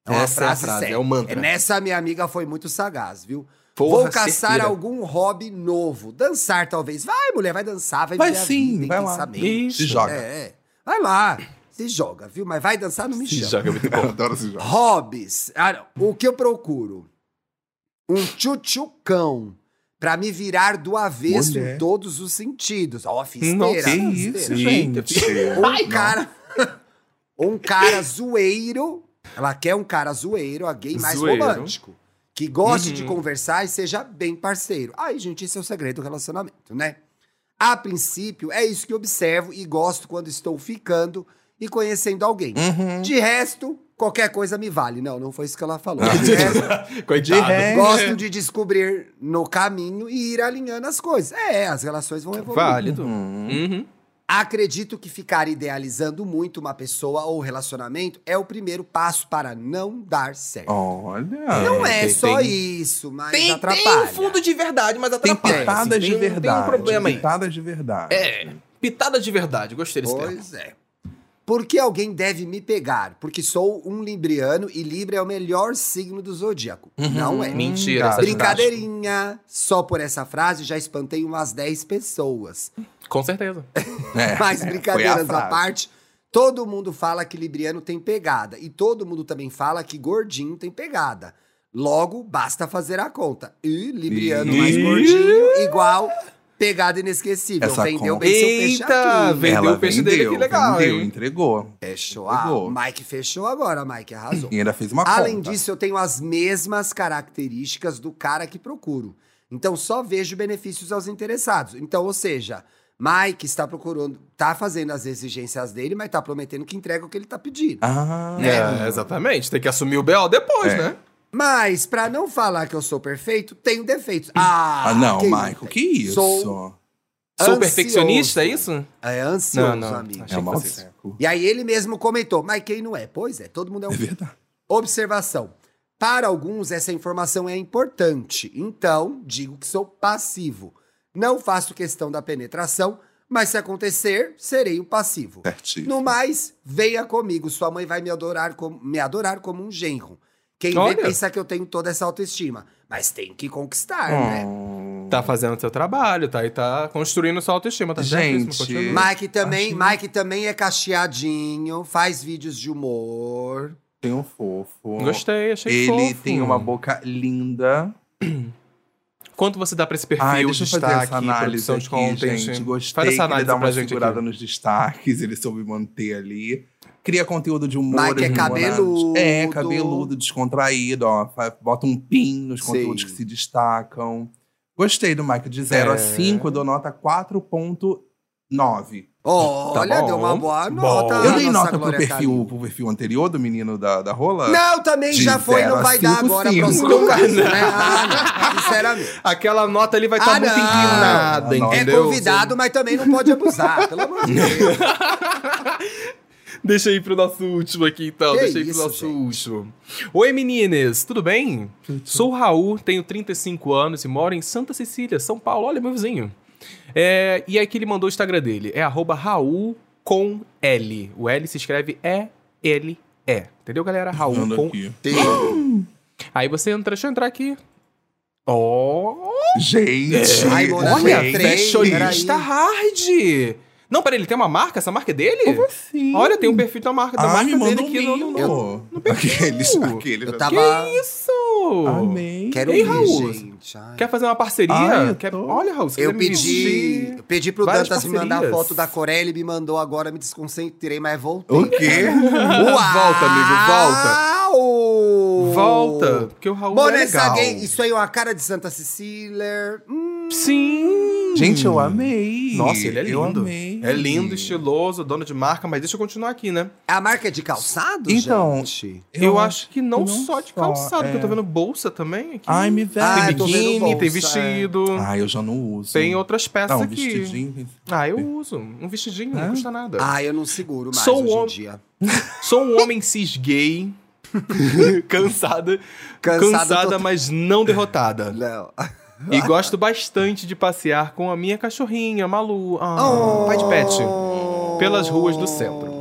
é
Essa
uma
é a
frase,
frase,
séria.
é o mantra.
É, Nessa minha amiga foi muito sagaz, viu?
Porra,
Vou caçar
certeira.
algum hobby novo. Dançar, talvez. Vai, mulher, vai dançar, vai,
Vai
viver a
sim,
vida,
vai
quem
lá.
sabe?
Isso.
Se joga.
É, é. Vai lá, se joga, viu? Mas vai dançar, não me
Se
chama.
joga muito
tá. Eu
bom.
adoro esse jogo.
Hobbies. Ah, não. o que eu procuro? Um tchutchucão. Pra me virar do avesso
Mulher.
em todos os sentidos. Ó, fiz
Não,
Que
Será? Eita,
isso, gente.
Ou um cara. ou um cara zoeiro. Ela quer um cara zoeiro, a gay mais
Zoeiro.
romântico. Que goste de
Uhum.
conversar e seja bem parceiro. Ai, gente, esse é o segredo do relacionamento, né? A princípio, é isso que observo e gosto quando estou ficando e conhecendo alguém.
Uhum.
De resto, qualquer coisa me vale. Não, não foi isso que ela falou.
Não.
De resto,
Coitado.
resto-
gosto de descobrir no caminho e ir alinhando as coisas. É, as relações vão evoluindo.
Válido.
Uhum.
Uhum.
Acredito que ficar idealizando muito uma pessoa ou relacionamento é o primeiro passo para não dar certo.
Olha.
não é
tem-
só
tem-
isso, mas
Tem, tem
atrapalha.
um fundo de verdade, mas
Tem
atrapalha.
pitadas
assim,
de
tem-
verdade.
Tem um problema aí.
Pitadas de verdade.
É, pitada de verdade. Gostei desse termo.
Pois é. Por que alguém deve me pegar? Porque sou um libriano e Libra é o melhor signo do zodíaco.
Uhum.
Não é.
Mentira,
Hum,
essa
Brincadeirinha. Só por essa frase já espantei umas 10 pessoas.
ginástica. Com certeza.
É,
Mas
foi a
brincadeiras à
frase.
parte, todo mundo fala que libriano tem pegada. E todo mundo também fala que gordinho tem pegada. Logo, basta fazer a conta. E libriano mais
Ih.
gordinho igual pegada inesquecível.
Essa
Vendeu
conta.
bem seu peixe
Eita,
aqui.
Vendeu
Ela
o peixe dele, que legal,
Vendeu,
hein?
entregou.
Fechou. Ah,
Pegou.
Mike fechou agora, Mike. Arrasou.
E ainda fez uma
Além
conta.
disso, eu tenho as mesmas características do cara que procuro. Então só vejo benefícios aos interessados. Então, ou seja, Mike está procurando, está fazendo as exigências dele, mas está prometendo que entrega o que ele está pedindo.
Ah,
É, exatamente. Tem que assumir o B.O. depois,
É.
né?
Mas, pra não falar que eu sou perfeito, tenho defeitos. Ah,
Ah, não,
que-
Michael, que isso?
Sou-
Sou
Ansioso.
perfeccionista, é isso?
É ansioso,
Não, não.
amigo.
Achei
É um mau
que fosse-
seco.
E aí ele mesmo comentou, mas quem não é? Pois é, todo mundo é um.
É verdade.
Observação. Para alguns, essa informação é importante, então digo que sou passivo. Não faço questão da penetração, mas se acontecer, serei o passivo.
Certíssimo.
No mais, venha comigo, sua mãe vai me adorar como, me adorar como um genro. Quem vê
Olha.
pensa que eu tenho toda essa autoestima, mas tem que conquistar,
Hum.
né?
Oh.
Tá fazendo seu trabalho, tá? E tá construindo sua autoestima, tá
Gente.
certíssimo, continua.
Mike também, Mike também é cacheadinho, faz vídeos de humor.
Tem um fofo.
Gostei, achei
Ele
fofo.
tem uma boca linda.
Quanto você dá pra esse perfil,
Ai, deixa eu fazer
destaque,
essa análise
produção
aqui,
de content?
gente. Gostei
Faz essa
que ele
análise
dá uma
pra gente
segurada
aqui.
nos destaques, ele soube manter ali. Cria conteúdo de humor.
Mike é
humorados.
cabeludo.
É, cabeludo, descontraído, ó. Fa- Bota um pin nos
Sim.
conteúdos que se destacam. Gostei do Mike. De 0
É.
a 5, eu dou nota 4.9.
Olha,
Tá bom.
deu uma boa
Bom.
nota.
Ah,
eu dei
nossa
nota pro
Glória
perfil,
Carilli.
pro perfil anterior do menino da, da rola.
Não, também
De
já foi,
zero
não
a
vai dar
cinco,
agora
cinco.
pra você.
Não vai
né?
dar.
Ah, não, sinceramente.
Aquela nota ali vai estar
Ah,
muito
não.
inclinada,
Não, não.
É
entendeu?
convidado, mas também não pode abusar, pelo amor de Deus.
Deixa aí pro nosso último aqui, então.
Que
Deixa aí
isso,
pro nosso
gente.
último. Oi, meninas, tudo bem? Sou o Raul, tenho 35 anos e moro em Santa Cecília, São Paulo. Olha, meu vizinho. É, e aqui ele mandou o Instagram dele. É arroba Raul com L. O L se escreve E-L-E. Entendeu, galera? Raul
Ando
com...
aqui.
Aí você entra... Deixa eu entrar aqui. Ó...
Gente,
Ai, Mona,
Olha,
Gente,
fashionista
peraí.
hard! Não, peraí, ele tem uma marca? Essa marca é dele?
assim?
Olha, tem um perfil da marca, da
Ah,
marca
me manda
dele
um
aqui no- no,
mimo.
no, assim.
Aqueles,
Eu-
aqueles.
Eu tava.
Que isso?
Amei.
Quero
Ei,
ver,
Raul.
gente. ai.
Quer fazer uma parceria?
Ai, eu
Quer-
tô-
Olha, Raul, você
Eu
quer me
pedi,
vestir?
eu pedi pro
Várias
Dantas me mandar a
parcerias.
foto da Corelli, me mandou agora, me desconcentrei, mas voltei.
O quê?
Volta, amigo, volta.
Uau!
Volta, porque o Raul
Mona,
é
essa
legal.
gay, isso aí é uma cara de Santa Cecília. Hum,
Sim!
Gente, eu amei.
Hum. Nossa, ele é lindo.
Eu amei.
É lindo, estiloso, dono de marca, mas deixa eu continuar aqui, né?
a marca é de calçado,
Então,
gente?
Eu, acho que não,
não
só de
só,
calçado, porque eu tô
é.
vendo bolsa também aqui.
Ai, me vê.
Ah,
tem
eu tô vendo
biquíni, tem
bolsa,
vestido,
Ai, eu já não uso.
tem outras peças
é. Ah, Não, um
aqui.
vestidinho.
Ah, eu uso. Um vestidinho,
É?
não custa nada.
Ah, eu não seguro mais
Sou um
hoje em
homem.
dia.
Sou um homem cis gay. cansada,
Cansado
cansada,
total.
mas não derrotada.
Léo.
Ah, E gosto bastante de passear com a minha cachorrinha, Malu.
Oh.
Ah, Pai de pet. Pelas ruas do centro.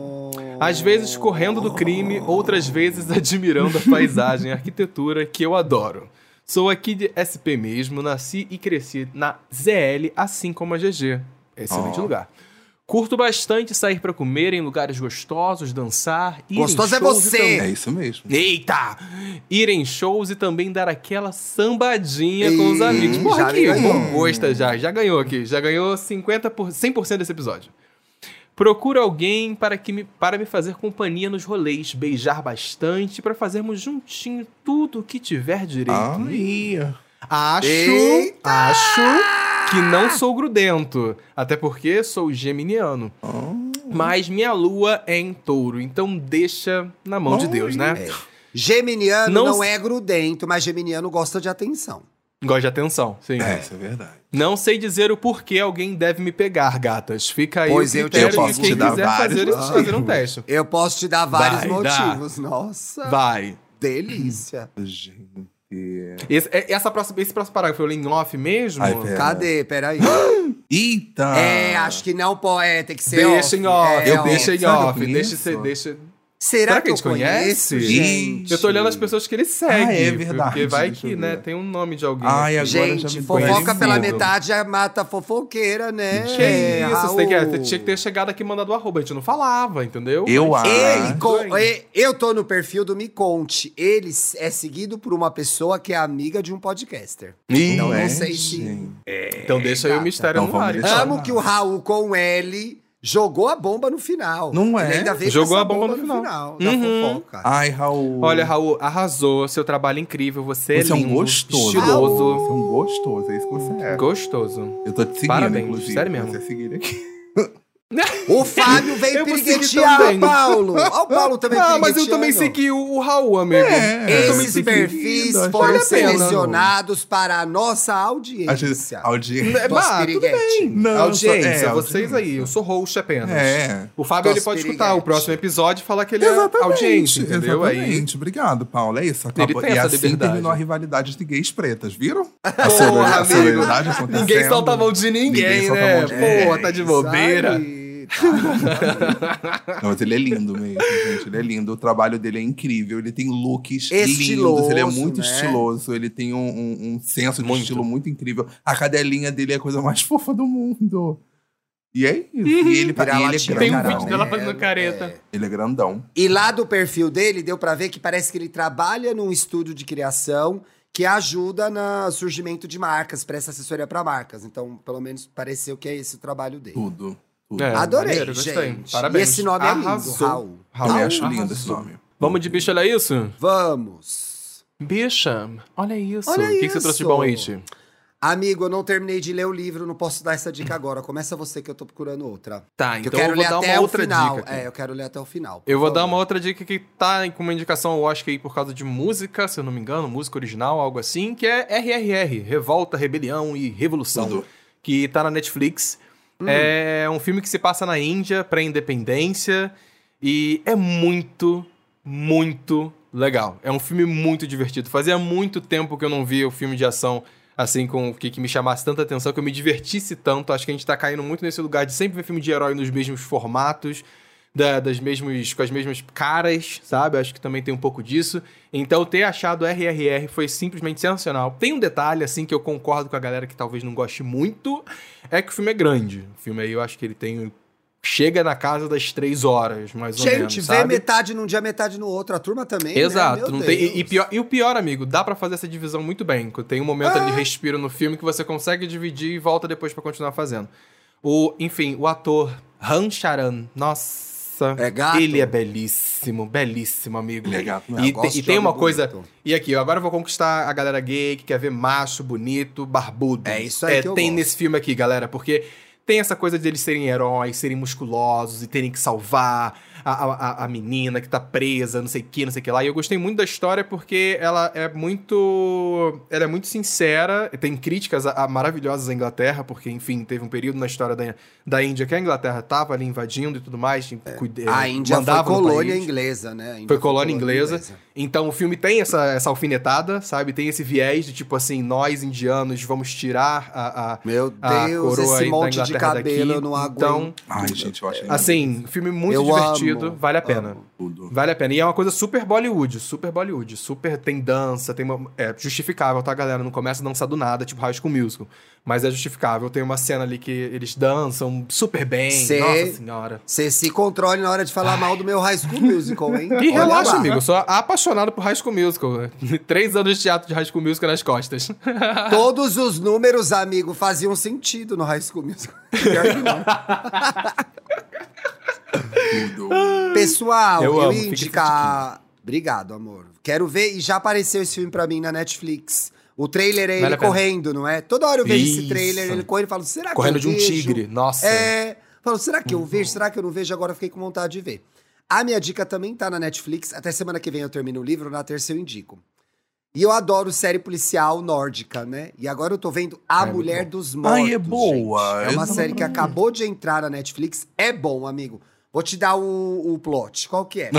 Às vezes correndo do crime, outras vezes admirando a paisagem e arquitetura que eu adoro. Sou aqui de SP mesmo, nasci e cresci na ZL, assim como a GG. Excelente
Oh.
Ó.
lugar. Curto bastante sair pra comer em lugares gostosos, dançar e
Gostoso é você!
É isso mesmo.
Eita! Ir em shows e também dar aquela sambadinha com os
Ih,
amigos.
já
Porra, aqui,
ganhou.
bom gosta já. Já ganhou aqui. Já ganhou 50 por, 100% desse episódio. Procuro alguém para, que me, para me fazer companhia nos rolês, beijar bastante, para fazermos juntinho tudo o que tiver direito.
Ah,
Ai.
Acho,
Eita!
acho que não sou grudento. Até porque sou geminiano. Mas minha lua é em touro, então deixa na mão de
Ai.
Deus, né?
Geminiano não,
Não-
é grudento, mas geminiano gosta de atenção.
Gosto de atenção, sim.
É, isso é verdade.
Não sei dizer o porquê alguém deve me pegar, gatas. Fica aí
Pois
o
eu te-
critério
eu posso
de quem
te dar
quiser
vários
fazer,
motivos.
fazer um teste.
Eu posso te dar vários
Vai, dá.
motivos. Nossa,
Vai. Hum.
delícia.
Gente.
Esse, é- essa próxima, esse próximo parágrafo eu li em off mesmo?
Ai, pera.
Cadê? Peraí.
Eita!
É, acho que não pode. É, tem que ser
Ah. Deixa em off,
É,
eu deixa em
Sabe o que
off,
é
deixa,
isso?
você- deixa...
Será,
Será
que,
que
eu
a gente conhece?
conheço, gente?
Eu tô olhando as pessoas que ele segue.
Ah, é verdade,
Porque vai
deixa
que,
eu
né,
ver.
tem um nome de alguém.
Ai, agora já
Gente,
me
fofoca
conheci.
pela
conhecido.
metade já mata a fofoqueira, né?
Que isso, você, tem que, é,
Raul?
você tinha que ter chegado aqui e mandado o arroba, a gente não falava,
é
entendeu?
Eu acho.
Ele, com-
Ah.
e- eu tô no perfil do Me Conte. Ele s- é seguido por uma pessoa que é amiga de um podcaster.
Ih,
Então não
é,
sei se.
gente.
Então deixa aí o
gata.
mistério
Não
no
vamos
ar.
deixar.
então.
Amo que o Raul com L Jogou a bomba no final.
Não é?
Ele ainda veio
Jogou
com essa
a bomba no
da
Uhum.
fofoca.
Ai, Raul.
Olha, Raul, arrasou. Seu trabalho é incrível. Você,
você é
é
um
lindo,
gostoso.
Estiloso.
Você é um gostoso, é isso que você é.
Gostoso.
Eu tô te seguindo,
Parabéns,
inclusive.
sério mesmo.
Você seguir aqui.
O Fábio veio
Eu vou seguir
piriguetear
também.
o Paulo. Olha o Paulo também
Ah, mas eu
pirigueteando.
também segui o, o Raul, amigo.
É.
Eu também
Esses
segui.
perfis
acho
foram
vale a pena.
selecionados para a nossa
A gente-
audiência.
Audiência.
É, bah, tudo
piriguete.
bem.
Não,
audiência,
só- é,
vocês
audiência.
aí. Eu sou host apenas.
É.
O Fábio ele pode
Nosso
escutar o
piriguete.
próximo episódio e falar que ele é audiência, entendeu? Aí.
Exatamente. Obrigado, Paulo. É isso. Acabou.
tem
E
essa
assim
liberdade.
terminou a rivalidade de gays pretas, viram? A
Porra,
solidar- a
amigo.
solidariedade acontecendo.
Ninguém solta a mão de ninguém,
Tá Ninguém solta a
né?
mão de ninguém.
Porra, tá de bobeira.
tá.
Não, mas ele é lindo mesmo, gente. Ele é lindo. O trabalho dele é incrível. Ele tem looks
Estiloso,
lindos. Ele é muito
né?
estiloso. Ele tem um, um- um senso de
Muito.
estilo muito incrível. A cadelinha dele é a coisa mais fofa do mundo. E é isso. E ele, e ele é grandão.
Uhum. Tem um vídeo dela
né?
fazendo careta.
Ele é grandão.
E lá do perfil dele, deu pra ver que parece que ele trabalha num estúdio de criação que ajuda no surgimento de marcas, presta assessoria pra marcas. Então, pelo menos, pareceu que é esse o trabalho dele.
Tudo. tudo.
É,
Adorei,
maneiro, gostei.
gente.
Parabéns.
E esse nome
Arrasou.
é lindo, Raul.
Também
Raul,
acho lindo
arrasou.
esse nome.
Ah, Vamos de bicho, olha isso?
Vamos!
Bicha, olha isso.
Olha
o que, que você
isso.
trouxe de bom aí, Ti?
Amigo, eu não terminei de ler o livro, não posso dar essa dica agora. Começa você que eu tô procurando outra.
Tá,
Que
então
eu
eu,
quero
vou
ler
dar
até
uma
o
outra
final.
dica. aqui.
É, eu quero ler até o final. por
Eu vou dar
favor.
uma outra dica que tá com uma indicação, eu acho que aí por causa de música, se eu não me engano, música original, algo assim, que é RRR, Revolta, Rebelião e Revolução,
Tudo.
que tá na Netflix.
Hum.
É um filme que se passa na Índia, pré-independência, e é muito, muito legal. É um filme muito divertido. Fazia muito tempo que eu não via o filme de ação assim, com o que, que me chamasse tanta atenção, que eu me divertisse tanto. Acho que a gente tá caindo muito nesse lugar de sempre ver filme de herói nos mesmos formatos, da- das mesmos, com as mesmas caras, sabe? Acho que também tem um pouco disso. Então, ter achado RRR foi simplesmente sensacional. Tem um detalhe, assim, que eu concordo com a galera que talvez não goste muito, é que o filme é grande. O filme aí, eu acho que ele tem... Chega na casa das três horas, mais ou menos,
Gente, vê
sabe?
metade num dia, metade no outro. A turma também. né?
Exato.
Meu
Não tem, e, e
Deus.
pior- e o pior, amigo, dá pra fazer essa divisão muito bem. Tem um momento
Ah.
ali de respiro no filme que você consegue dividir e volta depois pra continuar fazendo. O, enfim, o ator Han Charan, nossa.
É gato?
Ele é belíssimo, belíssimo, amigo.
Ele é gato, né?
E,
Eu gosto
te- e
de
tem
homem
uma coisa.
bonito.
E aqui, eu agora vou conquistar a galera gay que quer ver macho, bonito, barbudo.
É isso aí que eu
Tem
gosto.
nesse filme aqui, galera, porque tem essa coisa de eles serem heróis, serem musculosos e terem que salvar a, a, a- a menina que tá presa, não sei o que, não sei o que lá. E eu gostei muito da história porque ela é muito. Ela é muito sincera. Tem críticas a- a maravilhosas à Inglaterra, porque, enfim, teve um período na história da, da Índia que a Inglaterra tava ali invadindo e tudo mais. cuide-
É. A Índia foi
mandava no
colônia
país.
inglesa, né? A Índia
Foi colônia inglesa. Então o filme tem essa, essa alfinetada, sabe? Tem esse viés de tipo assim, nós indianos vamos tirar a. a-
Meu
a
Deus,
coroa
esse
da
monte de
Inglaterra
cabelo eu
daqui.
não aguento.
Então,
Ai, gente, eu acho lindo.
assim, filme muito
Eu
divertido,
amo,
vale a pena.
amo.
Tudo.
Vale a pena. E é uma coisa super Bollywood, super Bollywood. Super tem dança, tem uma. É justificável, tá, galera? Não começa a dançar do nada, tipo High School Musical. Mas é justificável. Tem uma cena ali que eles dançam super bem.
Sei.
Nossa senhora.
Você se controle na hora de falar mal do meu High School Musical, hein?
E
Olha
relaxa,
lá.
amigo. Eu sou apaixonado por High School Musical. Três anos de teatro de High School Musical nas costas.
Todos os números, amigo, faziam sentido no High School Musical. Pior que não.
Tudo.
Pessoal,
Eu
eu,
amo,
ia
fica
indicar. Obrigado, amor. Quero ver, e já apareceu esse filme pra mim na Netflix. O trailer é ele
Vale a pena.
correndo, não é? Toda hora eu vejo esse
Isso.
trailer, ele correndo e falo, será que
Correndo
eu
de um
vejo?
tigre. Nossa.
É. Falo, será
Uhum.
que eu vejo? Será que eu não vejo? Agora eu fiquei com vontade de ver. A minha dica também tá na Netflix. Até semana que vem eu termino o livro, na terça eu indico. E eu adoro série policial nórdica, né? E agora eu tô vendo A
É, muito
Mulher
bom.
dos Mortos.
Ai, é boa.
gente. É
Eu
uma
tava
série que
pra ver.
acabou de entrar na Netflix. É bom, amigo. Vou te dar o, o plot. Qual que é?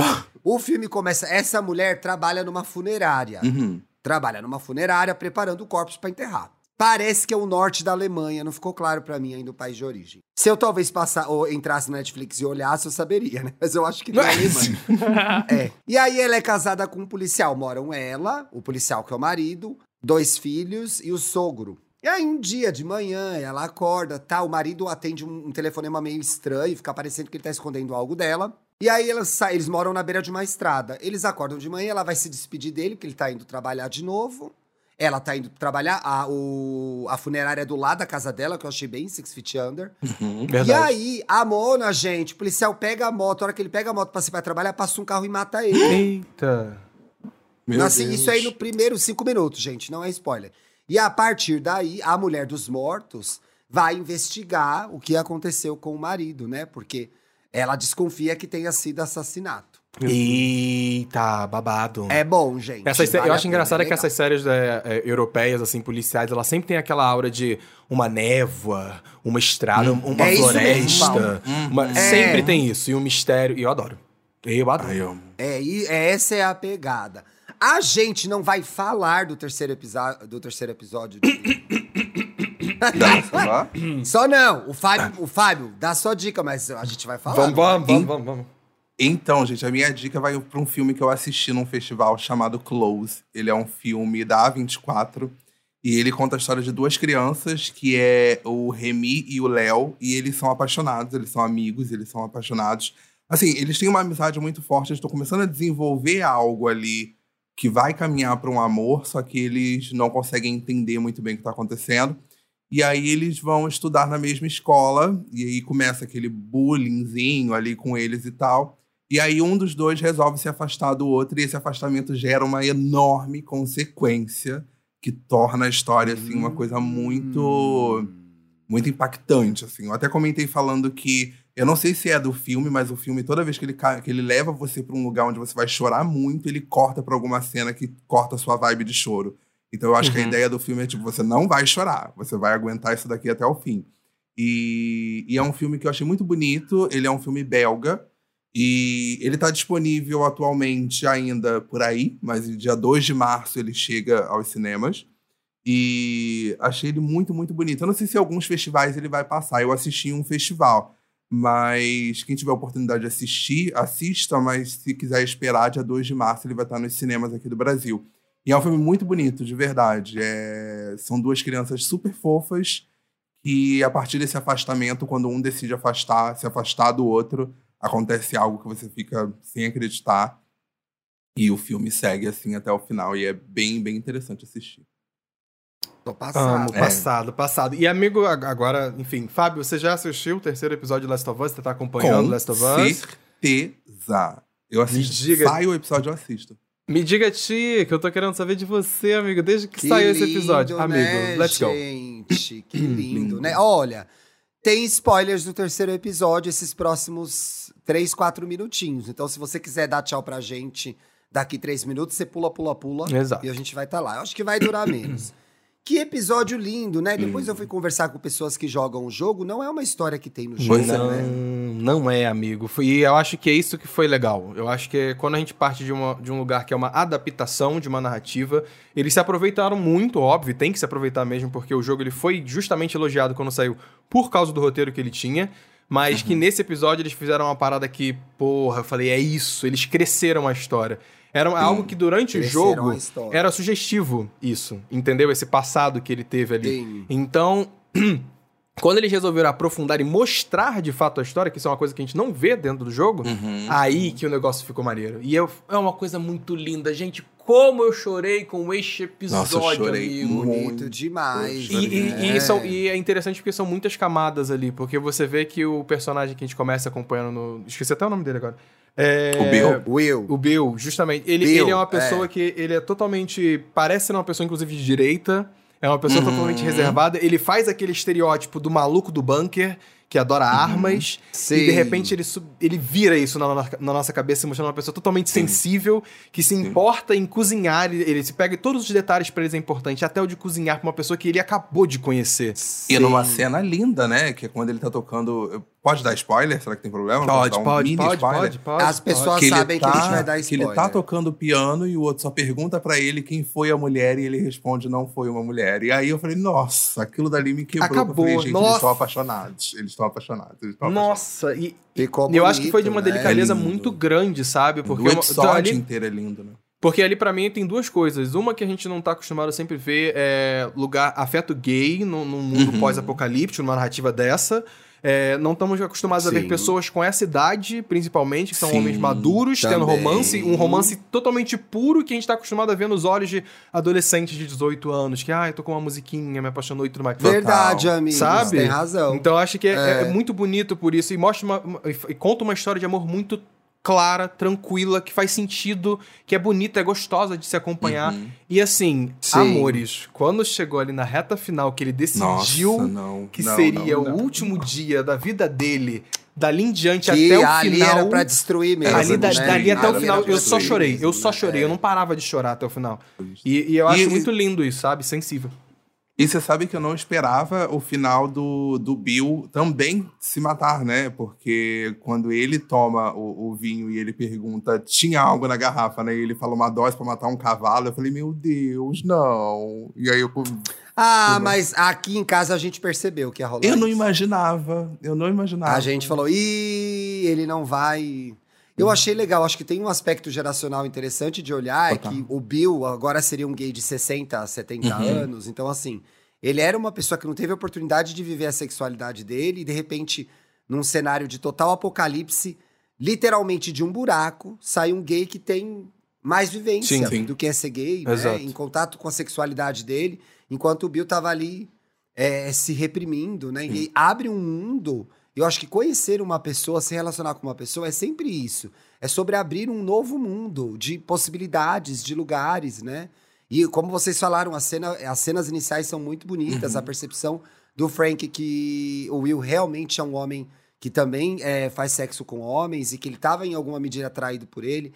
o filme começa. Essa mulher trabalha numa funerária
Uhum.
trabalha numa funerária preparando corpos para enterrar. Parece que é o norte da Alemanha, não ficou claro para mim ainda o país de origem. Se eu talvez passar ou entrasse na Netflix e olhasse, eu saberia, né? Mas eu acho que não é Alemanha. É. E aí ela é casada com um policial, moram ela, o policial que é o marido, dois filhos e o sogro. E aí um dia de manhã, ela acorda, tá, o marido atende um, um telefonema meio estranho, fica parecendo que ele tá escondendo algo dela. E aí ela sai, eles moram na beira de uma estrada. Eles acordam de manhã, ela vai se despedir dele, porque ele tá indo trabalhar de novo. Ela tá indo trabalhar, a, o, a funerária é do lado da casa dela, que eu achei bem Six Feet Under.
Uhum.
E
Verdade.
aí, a Mona, gente, o policial pega a moto, a hora que ele pega a moto pra se pra trabalhar, passa um carro e mata ele.
Eita.
Meu
assim,
Deus.
isso aí no primeiro cinco minutos, gente, não é spoiler. E a partir daí, a mulher dos mortos vai investigar o que aconteceu com o marido, né? Porque ela desconfia que tenha sido assassinato.
Eita, babado.
É bom, gente.
Essas, sé-
vale
eu
a
acho
pena,
engraçado é que
legal.
essas séries né, é, europeias, assim, policiais, elas sempre têm aquela aura de uma névoa, uma estrada, uma
É isso mesmo, Hum. É.
floresta. uma- Sempre tem isso. E um mistério. E eu adoro. Eu adoro.
Ai, eu amo.
É, e essa é a pegada. A gente não vai falar do terceiro, episódio do terceiro episódio. de-
Tá?
Só não. O Fábio, o Fábio, dá sua dica, mas a gente vai falar.
Vamos, vamos, vamos,
Em-
vamos, vamos.
Então, gente, a minha dica vai para um filme que eu assisti num festival chamado Close. Ele é um filme da A24 e ele conta a história de duas crianças, que é o Remy e o Léo, e eles são apaixonados, eles são amigos, eles são apaixonados. Assim, eles têm uma amizade muito forte, eles estão começando a desenvolver algo ali que vai caminhar para um amor, só que eles não conseguem entender muito bem o que está acontecendo. E aí eles vão estudar na mesma escola, e aí começa aquele bullyingzinho ali com eles e tal. E aí um dos dois resolve se afastar do outro, e esse afastamento gera uma enorme consequência que torna a história assim
Hum.
uma coisa muito muito impactante assim. Eu até comentei falando que eu não sei se é do filme, mas o filme toda vez que ele ca- que ele leva você para um lugar onde você vai chorar muito, ele corta para alguma cena que corta a sua vibe de choro. Então eu acho que a
Uhum.
ideia do filme é tipo você não vai chorar, você vai aguentar isso daqui até o fim. E, e é um filme que eu achei muito bonito. Ele é um filme belga. E ele está disponível atualmente ainda por aí, mas em dia 2 de março ele chega aos cinemas. E achei ele muito, muito bonito. Eu não sei se em alguns festivais ele vai passar. Eu assisti em um festival. Mas quem tiver a oportunidade de assistir, assista. Mas se quiser esperar, dia 2 de março ele vai estar nos cinemas aqui do Brasil. E é um filme muito bonito, de verdade. É, São duas crianças super fofas que a partir desse afastamento, quando um decide afastar, se afastar do outro, acontece algo que você fica sem acreditar. E o filme segue assim até o final e é bem, bem interessante assistir.
Tô
Amo,
passado.
É.
passado, passado. E amigo, ag- agora, enfim, Fábio, você já assistiu o terceiro episódio de Last of Us? Você tá acompanhando Last of Us?
certeza. Eu assisto.
diga.
Sai o episódio, eu assisto.
Me diga, Ti, que eu tô querendo saber de você, amigo, desde que, saiu esse episódio.
lindo,
amigo,
né,
let's go.
Gente, que lindo,
Lindo.
né? Olha, tem spoilers do terceiro episódio esses próximos três, quatro minutinhos. Então, se você quiser dar tchau pra gente daqui três minutos, você pula, pula, pula.
Exato.
E a gente vai estar lá. Eu acho que vai durar menos. Que episódio lindo, né? Depois eu fui conversar com pessoas que jogam o jogo. Não é uma história que tem no jogo,
Pois é,
não,
né?
não é, amigo. Foi- E eu acho que é isso que foi legal. Eu acho que é quando a gente parte de, uma- de um lugar que é uma adaptação de uma narrativa, eles se aproveitaram muito, óbvio, tem que se aproveitar mesmo, porque o jogo ele foi justamente elogiado quando saiu por causa do roteiro que ele tinha. Mas que nesse episódio eles fizeram uma parada que, porra, eu falei, é isso, eles cresceram a história. Era um, algo que durante o
Cresceram
jogo
a história.
era sugestivo isso, entendeu? Esse passado que ele teve ali.
Tem.
Então, quando eles resolveram aprofundar e mostrar de fato a história, que isso é uma coisa que a gente não vê dentro do jogo,
Uhum.
Ah,
aí que o negócio ficou maneiro. E eu- é uma coisa muito linda, gente. Como eu chorei com este
Nossa,
episódio,
eu chorei
amigo.
Bonito
muito.
demais.
E, e-
né?
e são- e é interessante porque são muitas camadas ali, porque você vê que o personagem que a gente começa acompanhando no. Esqueci até o nome dele agora. É,
O Bill.
Will.
o Bill, justamente. Ele,
Bill,
ele é uma pessoa que ele é totalmente. Parece ser uma pessoa, inclusive, de direita. É uma pessoa
Uhum.
totalmente reservada. Ele faz aquele estereótipo do maluco do bunker, que adora armas. E de
Sim.
repente ele, sub- ele vira isso na, no- na nossa cabeça, mostrando uma pessoa totalmente sensível, que se importa em cozinhar. Ele, ele se pega todos os detalhes pra eles é importante, até o de cozinhar pra uma pessoa que ele acabou de conhecer.
E numa cena linda, né? Que é quando ele tá tocando. Pode dar spoiler? Será que tem problema? Posso dar um mini spoiler?
As pessoas
que ele
sabem que a gente
tá-
vai dar
que
spoiler.
ele tá tocando piano e o outro só pergunta pra ele quem foi a mulher e ele responde não foi uma mulher. E aí eu falei, nossa, aquilo dali me quebrou.
Acabou,
Eu falei, gente,
nossa.
eles estão apaixonados. Eles estão apaixonados. Eles estão apaixonados.
Nossa, e,
Ficou
eu acho que foi de uma
bonito, né?
delicadeza
É lindo.
muito grande, sabe? Porque
o
uma-
episódio
ali-
inteiro é lindo, né?
Porque ali pra mim tem duas coisas. Uma que a gente não tá acostumado a sempre ver é lugar afeto gay num, num mundo
Uhum.
pós-apocalíptico, numa narrativa dessa. É, não estamos acostumados a ver
Sim.
pessoas com essa idade, principalmente, que são
Sim,
homens maduros, tendo
também.
romance, um romance totalmente puro que a gente está acostumado a ver nos olhos de adolescentes de 18 anos, que, ah, eu tô com uma musiquinha, me apaixonou e tudo
É
mais.
Verdade, amigo.
Sabe?
Tem razão.
Então eu acho que é, é muito bonito por isso. E mostra uma- uma- e conta uma história de amor muito clara, tranquila, que faz sentido, que é bonita, é gostosa de se acompanhar. E assim,
Uhum. Sim.
amores, quando chegou ali na reta final que ele decidiu
Nossa, não,
que
não,
seria
não,
o
um
não.
último dia da vida dele, dali em diante
que
até o
ali
final.
era pra destruir mesmo.
Ali, da,
né?
dali até o
Ali
final,
era pra
eu só
destruir
chorei, eu
mesmo,
só
né?
chorei, eu não parava de chorar até o final. E, e eu
E-
acho
e-
muito lindo isso, sabe? Sensível.
E você sabe que eu não esperava o final do, do Bill também se matar, né? Porque quando ele toma o, o vinho e ele pergunta, tinha algo na garrafa, né? E ele fala uma dose pra matar um cavalo. Eu falei, meu Deus, não. E aí eu,
Ah, mas aqui em casa a gente percebeu que ia rolar.
eu não
isso.
imaginava. Eu não imaginava.
A gente falou, ih, ele não vai.
Uhum.
Eu achei legal, acho que tem um aspecto geracional interessante de olhar, é
Total. Uhum.
que o Bill agora seria um gay de 60, 70 anos, então assim, ele era uma pessoa que não teve oportunidade de viver a sexualidade dele e de repente, num cenário de total apocalipse, literalmente de um buraco, sai um gay que tem mais vivência
Sim, sim.
do que é ser gay,
Exato.
né? em contato com a sexualidade dele, enquanto o Bill tava ali é, se reprimindo, né? E abre um mundo. Eu acho que conhecer uma pessoa, se relacionar com uma pessoa, é sempre isso. É sobre abrir um novo mundo de possibilidades, de lugares, né? E como vocês falaram, a cena, as cenas iniciais são muito bonitas. A percepção do Frank que o Will realmente é um homem que também é, faz sexo com homens e que ele estava em alguma medida atraído por ele.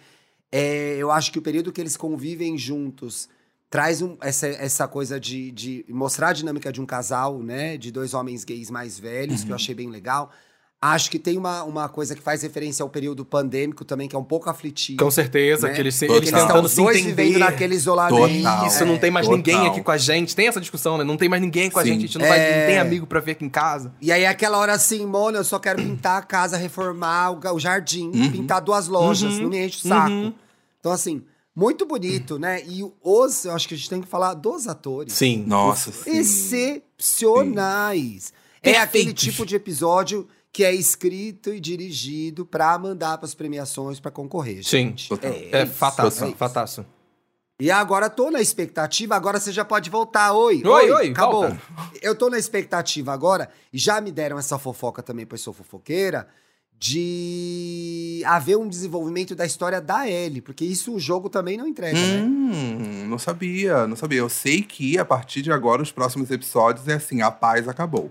É, eu acho que o período que eles convivem juntos traz um- essa, essa coisa de, de mostrar a dinâmica de um casal, né? De dois homens gays mais velhos,
Uhum.
que eu achei bem legal. Acho que tem uma, uma coisa que faz referência ao período pandêmico também, que é um pouco aflitivo.
Com certeza,
Né?
que eles, se-
Porque
Então, eles
Eles estão
tentando
os
se
dois
entender.
vivendo naquele isolamento.
Total.
Isso, não tem mais
total.
ninguém aqui com a gente. Tem essa discussão, né? Não tem mais ninguém com a
Sim.
gente. A gente não, vai,
É.
não tem amigo pra ver aqui em casa.
E aí, aquela hora assim, Mona, eu só quero pintar a casa, reformar o, ga- o jardim, pintar duas lojas, não me enche o saco.
Uhum.
Então, assim, muito bonito, né? E os, eu acho que a gente tem que falar dos atores.
Sim.
Nossa, sim.
Excepcionais. É
Perfeitos.
aquele tipo de episódio que é escrito e dirigido pra mandar pras premiações pra concorrer.
Sim,
gente.
total.
É,
isso,
fataço,
é isso.
fataço.
E agora tô na expectativa, agora você já pode voltar. Oi,
Oi,
oi,
oi,
acabou.
volta.
Eu tô na expectativa agora, e já me deram essa fofoca também, pois sou fofoqueira, de haver um desenvolvimento da história da Ellie, porque isso o jogo também não entrega, né?
Hum, não sabia, não sabia. Eu sei que a partir de agora, os próximos episódios é assim: a paz acabou.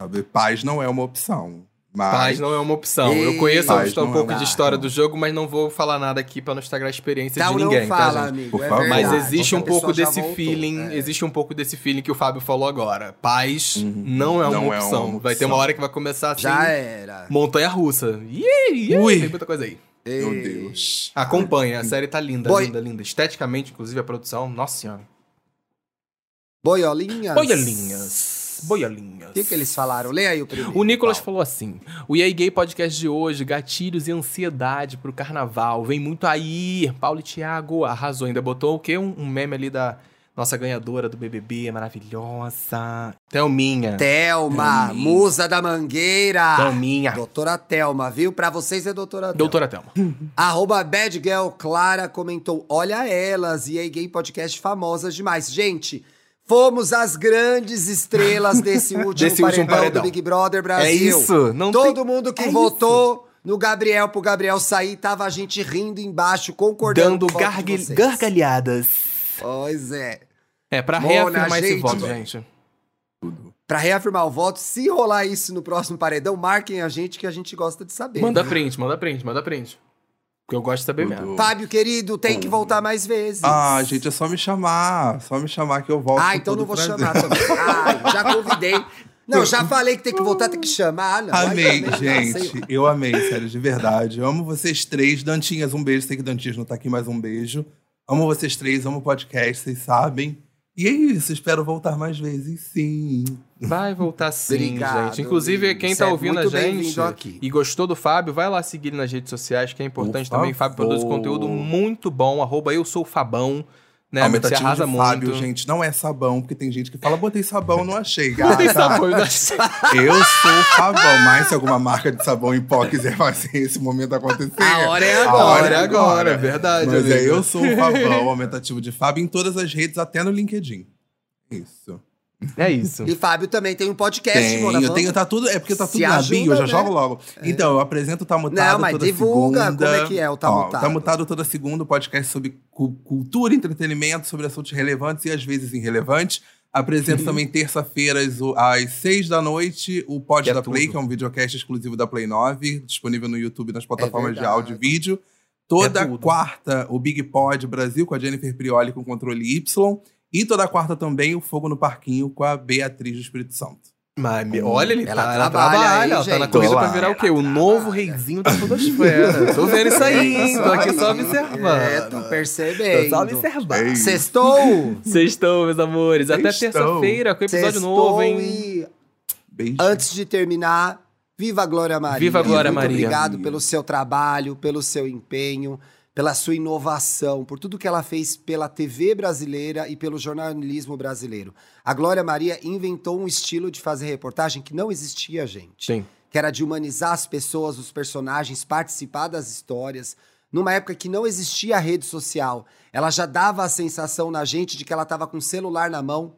Sabe? Paz não é uma opção. Mas.
Paz não é uma opção. Eu
Ei,
conheço
paz
um
não é
pouco
uma
de história do
opção.
jogo, mas não vou falar nada aqui pra não estragar a experiência
Então
de ninguém,
não fala,
tá, gente?
amigo.
Por
é
favor.
Mas
verdade,
existe um
porque a
pouco
pessoa já
desse
voltou.
feeling,
É.
existe um pouco desse feeling que o Fábio falou agora. Paz
Uhum.
não, é, uma
Não é uma
opção. Vai ter uma
opção.
hora que vai começar assim,
Já é. era.
montanha russa. Ih, ih,
Ui.
tem muita coisa aí.
Ei.
Meu Deus.
Acompanha, a série tá linda,
Boy-
linda, linda. Esteticamente, inclusive, a produção, nossa senhora.
Boiolinhas.
Boiolinhas. Boiolinhas.
O que, que eles falaram? Lê aí o primeiro.
O Nicolas
Paulo.
falou assim: o EA Gay Podcast de hoje, gatilhos e ansiedade pro carnaval. Vem muito aí. Paulo e Thiago arrasou. Ainda botou o quê? Um, um meme ali da nossa ganhadora do BBB, é maravilhosa. Thelminha. Hum.
Thelma, musa da mangueira.
Thelminha.
Doutora Thelma, viu? Pra vocês é doutora Thelma.
Doutora Thelma.
Arroba Bad Girl Clara comentou: Olha elas, e aí Gay Podcast famosas demais. Gente, fomos as grandes estrelas desse último,
Desse
paredão,
último paredão.
do Big Brother Brasil.
É isso, não
Todo
tem-
mundo que
é
votou no Gabriel pro Gabriel sair, tava a gente rindo embaixo, concordando
Dando
com o voto de
gargal-
vocês.
gargalhadas.
Pois é.
É, pra
Mona,
reafirmar esse
gente,
voto,
velho.
gente.
Pra reafirmar o voto, se rolar isso no próximo paredão, marquem a gente que a gente gosta de saber.
Manda print, manda print, manda print. Porque eu gosto de saber mesmo.
Tudo.
Fábio, querido, tem que voltar mais vezes.
Ah, gente, é só me chamar. Só me chamar que eu volto.
Ah,
com
então
todo
não vou
prazer.
chamar também. Ah, já convidei. Não, já falei que tem que voltar, tem que chamar. Ah, não, aí
Amei,
também, ah, sei
gente.
lá.
Eu amei, sério, de verdade. Eu amo vocês três. Dantinhas, um beijo. Sei que Dantinhas não tá aqui, mas um beijo. Amo vocês três, amo o podcast, vocês sabem. E é isso, espero voltar mais vezes, sim.
Vai voltar sim,
Obrigado,
gente. Inclusive,
amigo.
quem
Você
tá
é
ouvindo a
muito
gente
bem-vindo aqui.
e gostou do Fábio, vai lá seguir ele nas redes sociais, que é importante
Por
também. O Fábio
favor.
produz conteúdo muito bom, arroba eu sou Fabão Né? Você
Aumentativo
arrasa
de Fábio,
muito.
gente, não é sabão, porque tem gente que fala, botei sabão, não achei, gata.
Botei
tá.
sabão, eu não achei.
Eu sou sabão, mas se alguma marca de sabão em pó quiser fazer esse momento acontecer...
A hora é
A hora
agora.
é agora, é verdade.
Mas
amigo.
é, eu sou o Fabão, aumentativo de Fábio, em todas as redes, até no LinkedIn. Isso.
É isso.
E Fábio também tem um podcast, Mona.
Tenho,
Vamos-
tenho, tá tudo. É porque tá
Se
tudo na bio,
ajuda,
eu já
né?
jogo logo. Então, eu apresento o Tá Mutado
Não, mas
toda
divulga,
segunda.
como é que é o Tá
Ó,
Mutado?
Tá Mutado toda segunda, um podcast sobre cu- cultura, entretenimento, sobre assuntos relevantes e às vezes irrelevantes. Apresento também terça-feiras, o- às seis da noite, o Pod
Que é
da Play,
tudo.
que é um videocast exclusivo da Play 9, disponível no YouTube nas plataformas de
verdade.
áudio e vídeo. Toda
É tudo.
quarta, o Big Pod Brasil com a Jennifer Prioli com controle Y. E toda quarta também, o Fogo no Parquinho com a Beatriz do Espírito Santo.
Mas, me- olha, ele
Hum, Ela
tá, ela
trabalha
trabalha,
aí,
ela tá na
gente.
corrida pra
Olá.
virar o quê? O novo reizinho da podosfera. Tô vendo isso aí, hein? Tô aqui só observando.
É, tô
Tô só
percebendo.
observando.
Sextou!
Sextou, meus amores. Até
Sextou.
terça-feira com episódio novo, hein?
E
Beijo.
antes de terminar, viva a Glória Maria.
Viva a Glória
Muito
Maria.
Obrigado pelo seu trabalho, pelo seu empenho, pela sua inovação, por tudo que ela fez pela TV brasileira e pelo jornalismo brasileiro. A Glória Maria inventou um estilo de fazer reportagem que não existia, gente.
Sim.
que era de humanizar as pessoas, os personagens, participar das histórias. Numa época que não existia a rede social, ela já dava a sensação na gente de que ela estava com o celular na mão,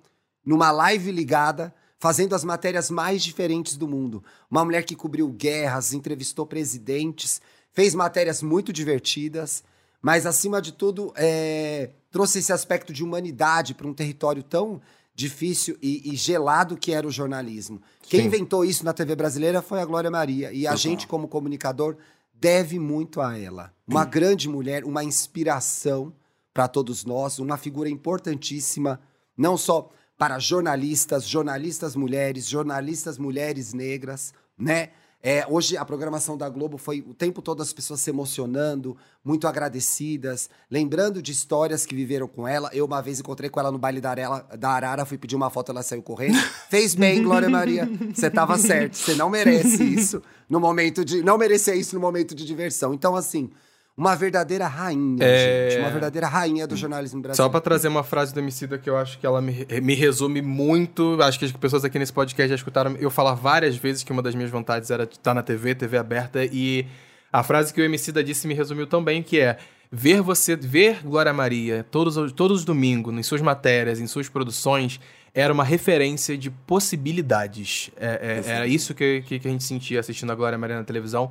numa live ligada, fazendo as matérias mais diferentes do mundo. Uma mulher que cobriu guerras, entrevistou presidentes, fez matérias muito divertidas, mas acima de tudo é, trouxe esse aspecto de humanidade para um território tão difícil e, e gelado que era o jornalismo. Quem
Sim.
inventou isso na TV brasileira foi a Glória Maria. E a
Total.
gente, como comunicador, deve muito a ela. Uma grande mulher, uma inspiração para todos nós, uma figura importantíssima, não só para jornalistas, jornalistas mulheres, jornalistas mulheres negras, né? É, hoje a programação da Globo foi o tempo todo as pessoas se emocionando, muito agradecidas, lembrando de histórias que viveram com ela. Eu uma vez encontrei com ela no baile da, Arela- da Arara, fui pedir uma foto, ela saiu correndo. Fez bem, Glória Maria. Você tava certo, você não merece isso no momento de. Não merecia isso no momento de diversão. Então, assim, uma verdadeira rainha,
É.
gente. Uma verdadeira rainha do jornalismo brasileiro.
Só pra trazer uma frase do Emicida que eu acho que ela me, me resume muito. Acho que as pessoas aqui nesse podcast já escutaram eu falar várias vezes que uma das minhas vontades era estar na TV, TV aberta. E a frase que o Emicida disse me resumiu tão bem, que é... Ver você, ver Glória Maria todos, os- todos os domingos, em suas matérias, em suas produções, era uma referência de possibilidades. É- é- era isso que, que, que a gente sentia assistindo a Glória Maria na televisão.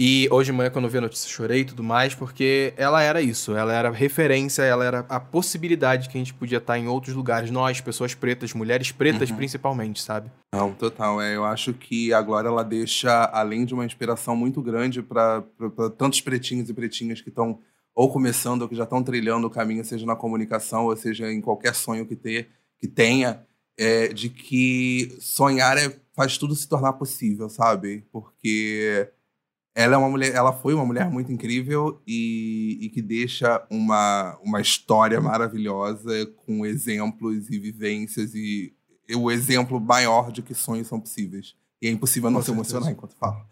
E hoje de manhã, quando eu vi a notícia, chorei e tudo mais, porque ela era isso. Ela era referência, ela era a possibilidade que a gente podia estar em outros lugares. Nós, pessoas pretas, mulheres pretas principalmente, sabe?
Não, total. É, eu acho que a Glória ela deixa, além de uma inspiração muito grande para tantos pretinhos e pretinhas que estão ou começando ou que já estão trilhando o caminho, seja na comunicação ou seja em qualquer sonho que, ter, que tenha, é, de que sonhar é, faz tudo se tornar possível, sabe? Porque ela é uma mulher, ela foi uma mulher muito incrível e, e que deixa uma, uma história maravilhosa com exemplos e vivências e é o exemplo maior de que sonhos são possíveis. E é impossível não
Com
se
certeza.
emocionar enquanto fala.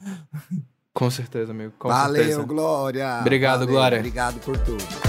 Com certeza, amigo. Com
Valeu,
certeza.
Glória.
Obrigado,
Valeu,
Glória.
Obrigado por tudo.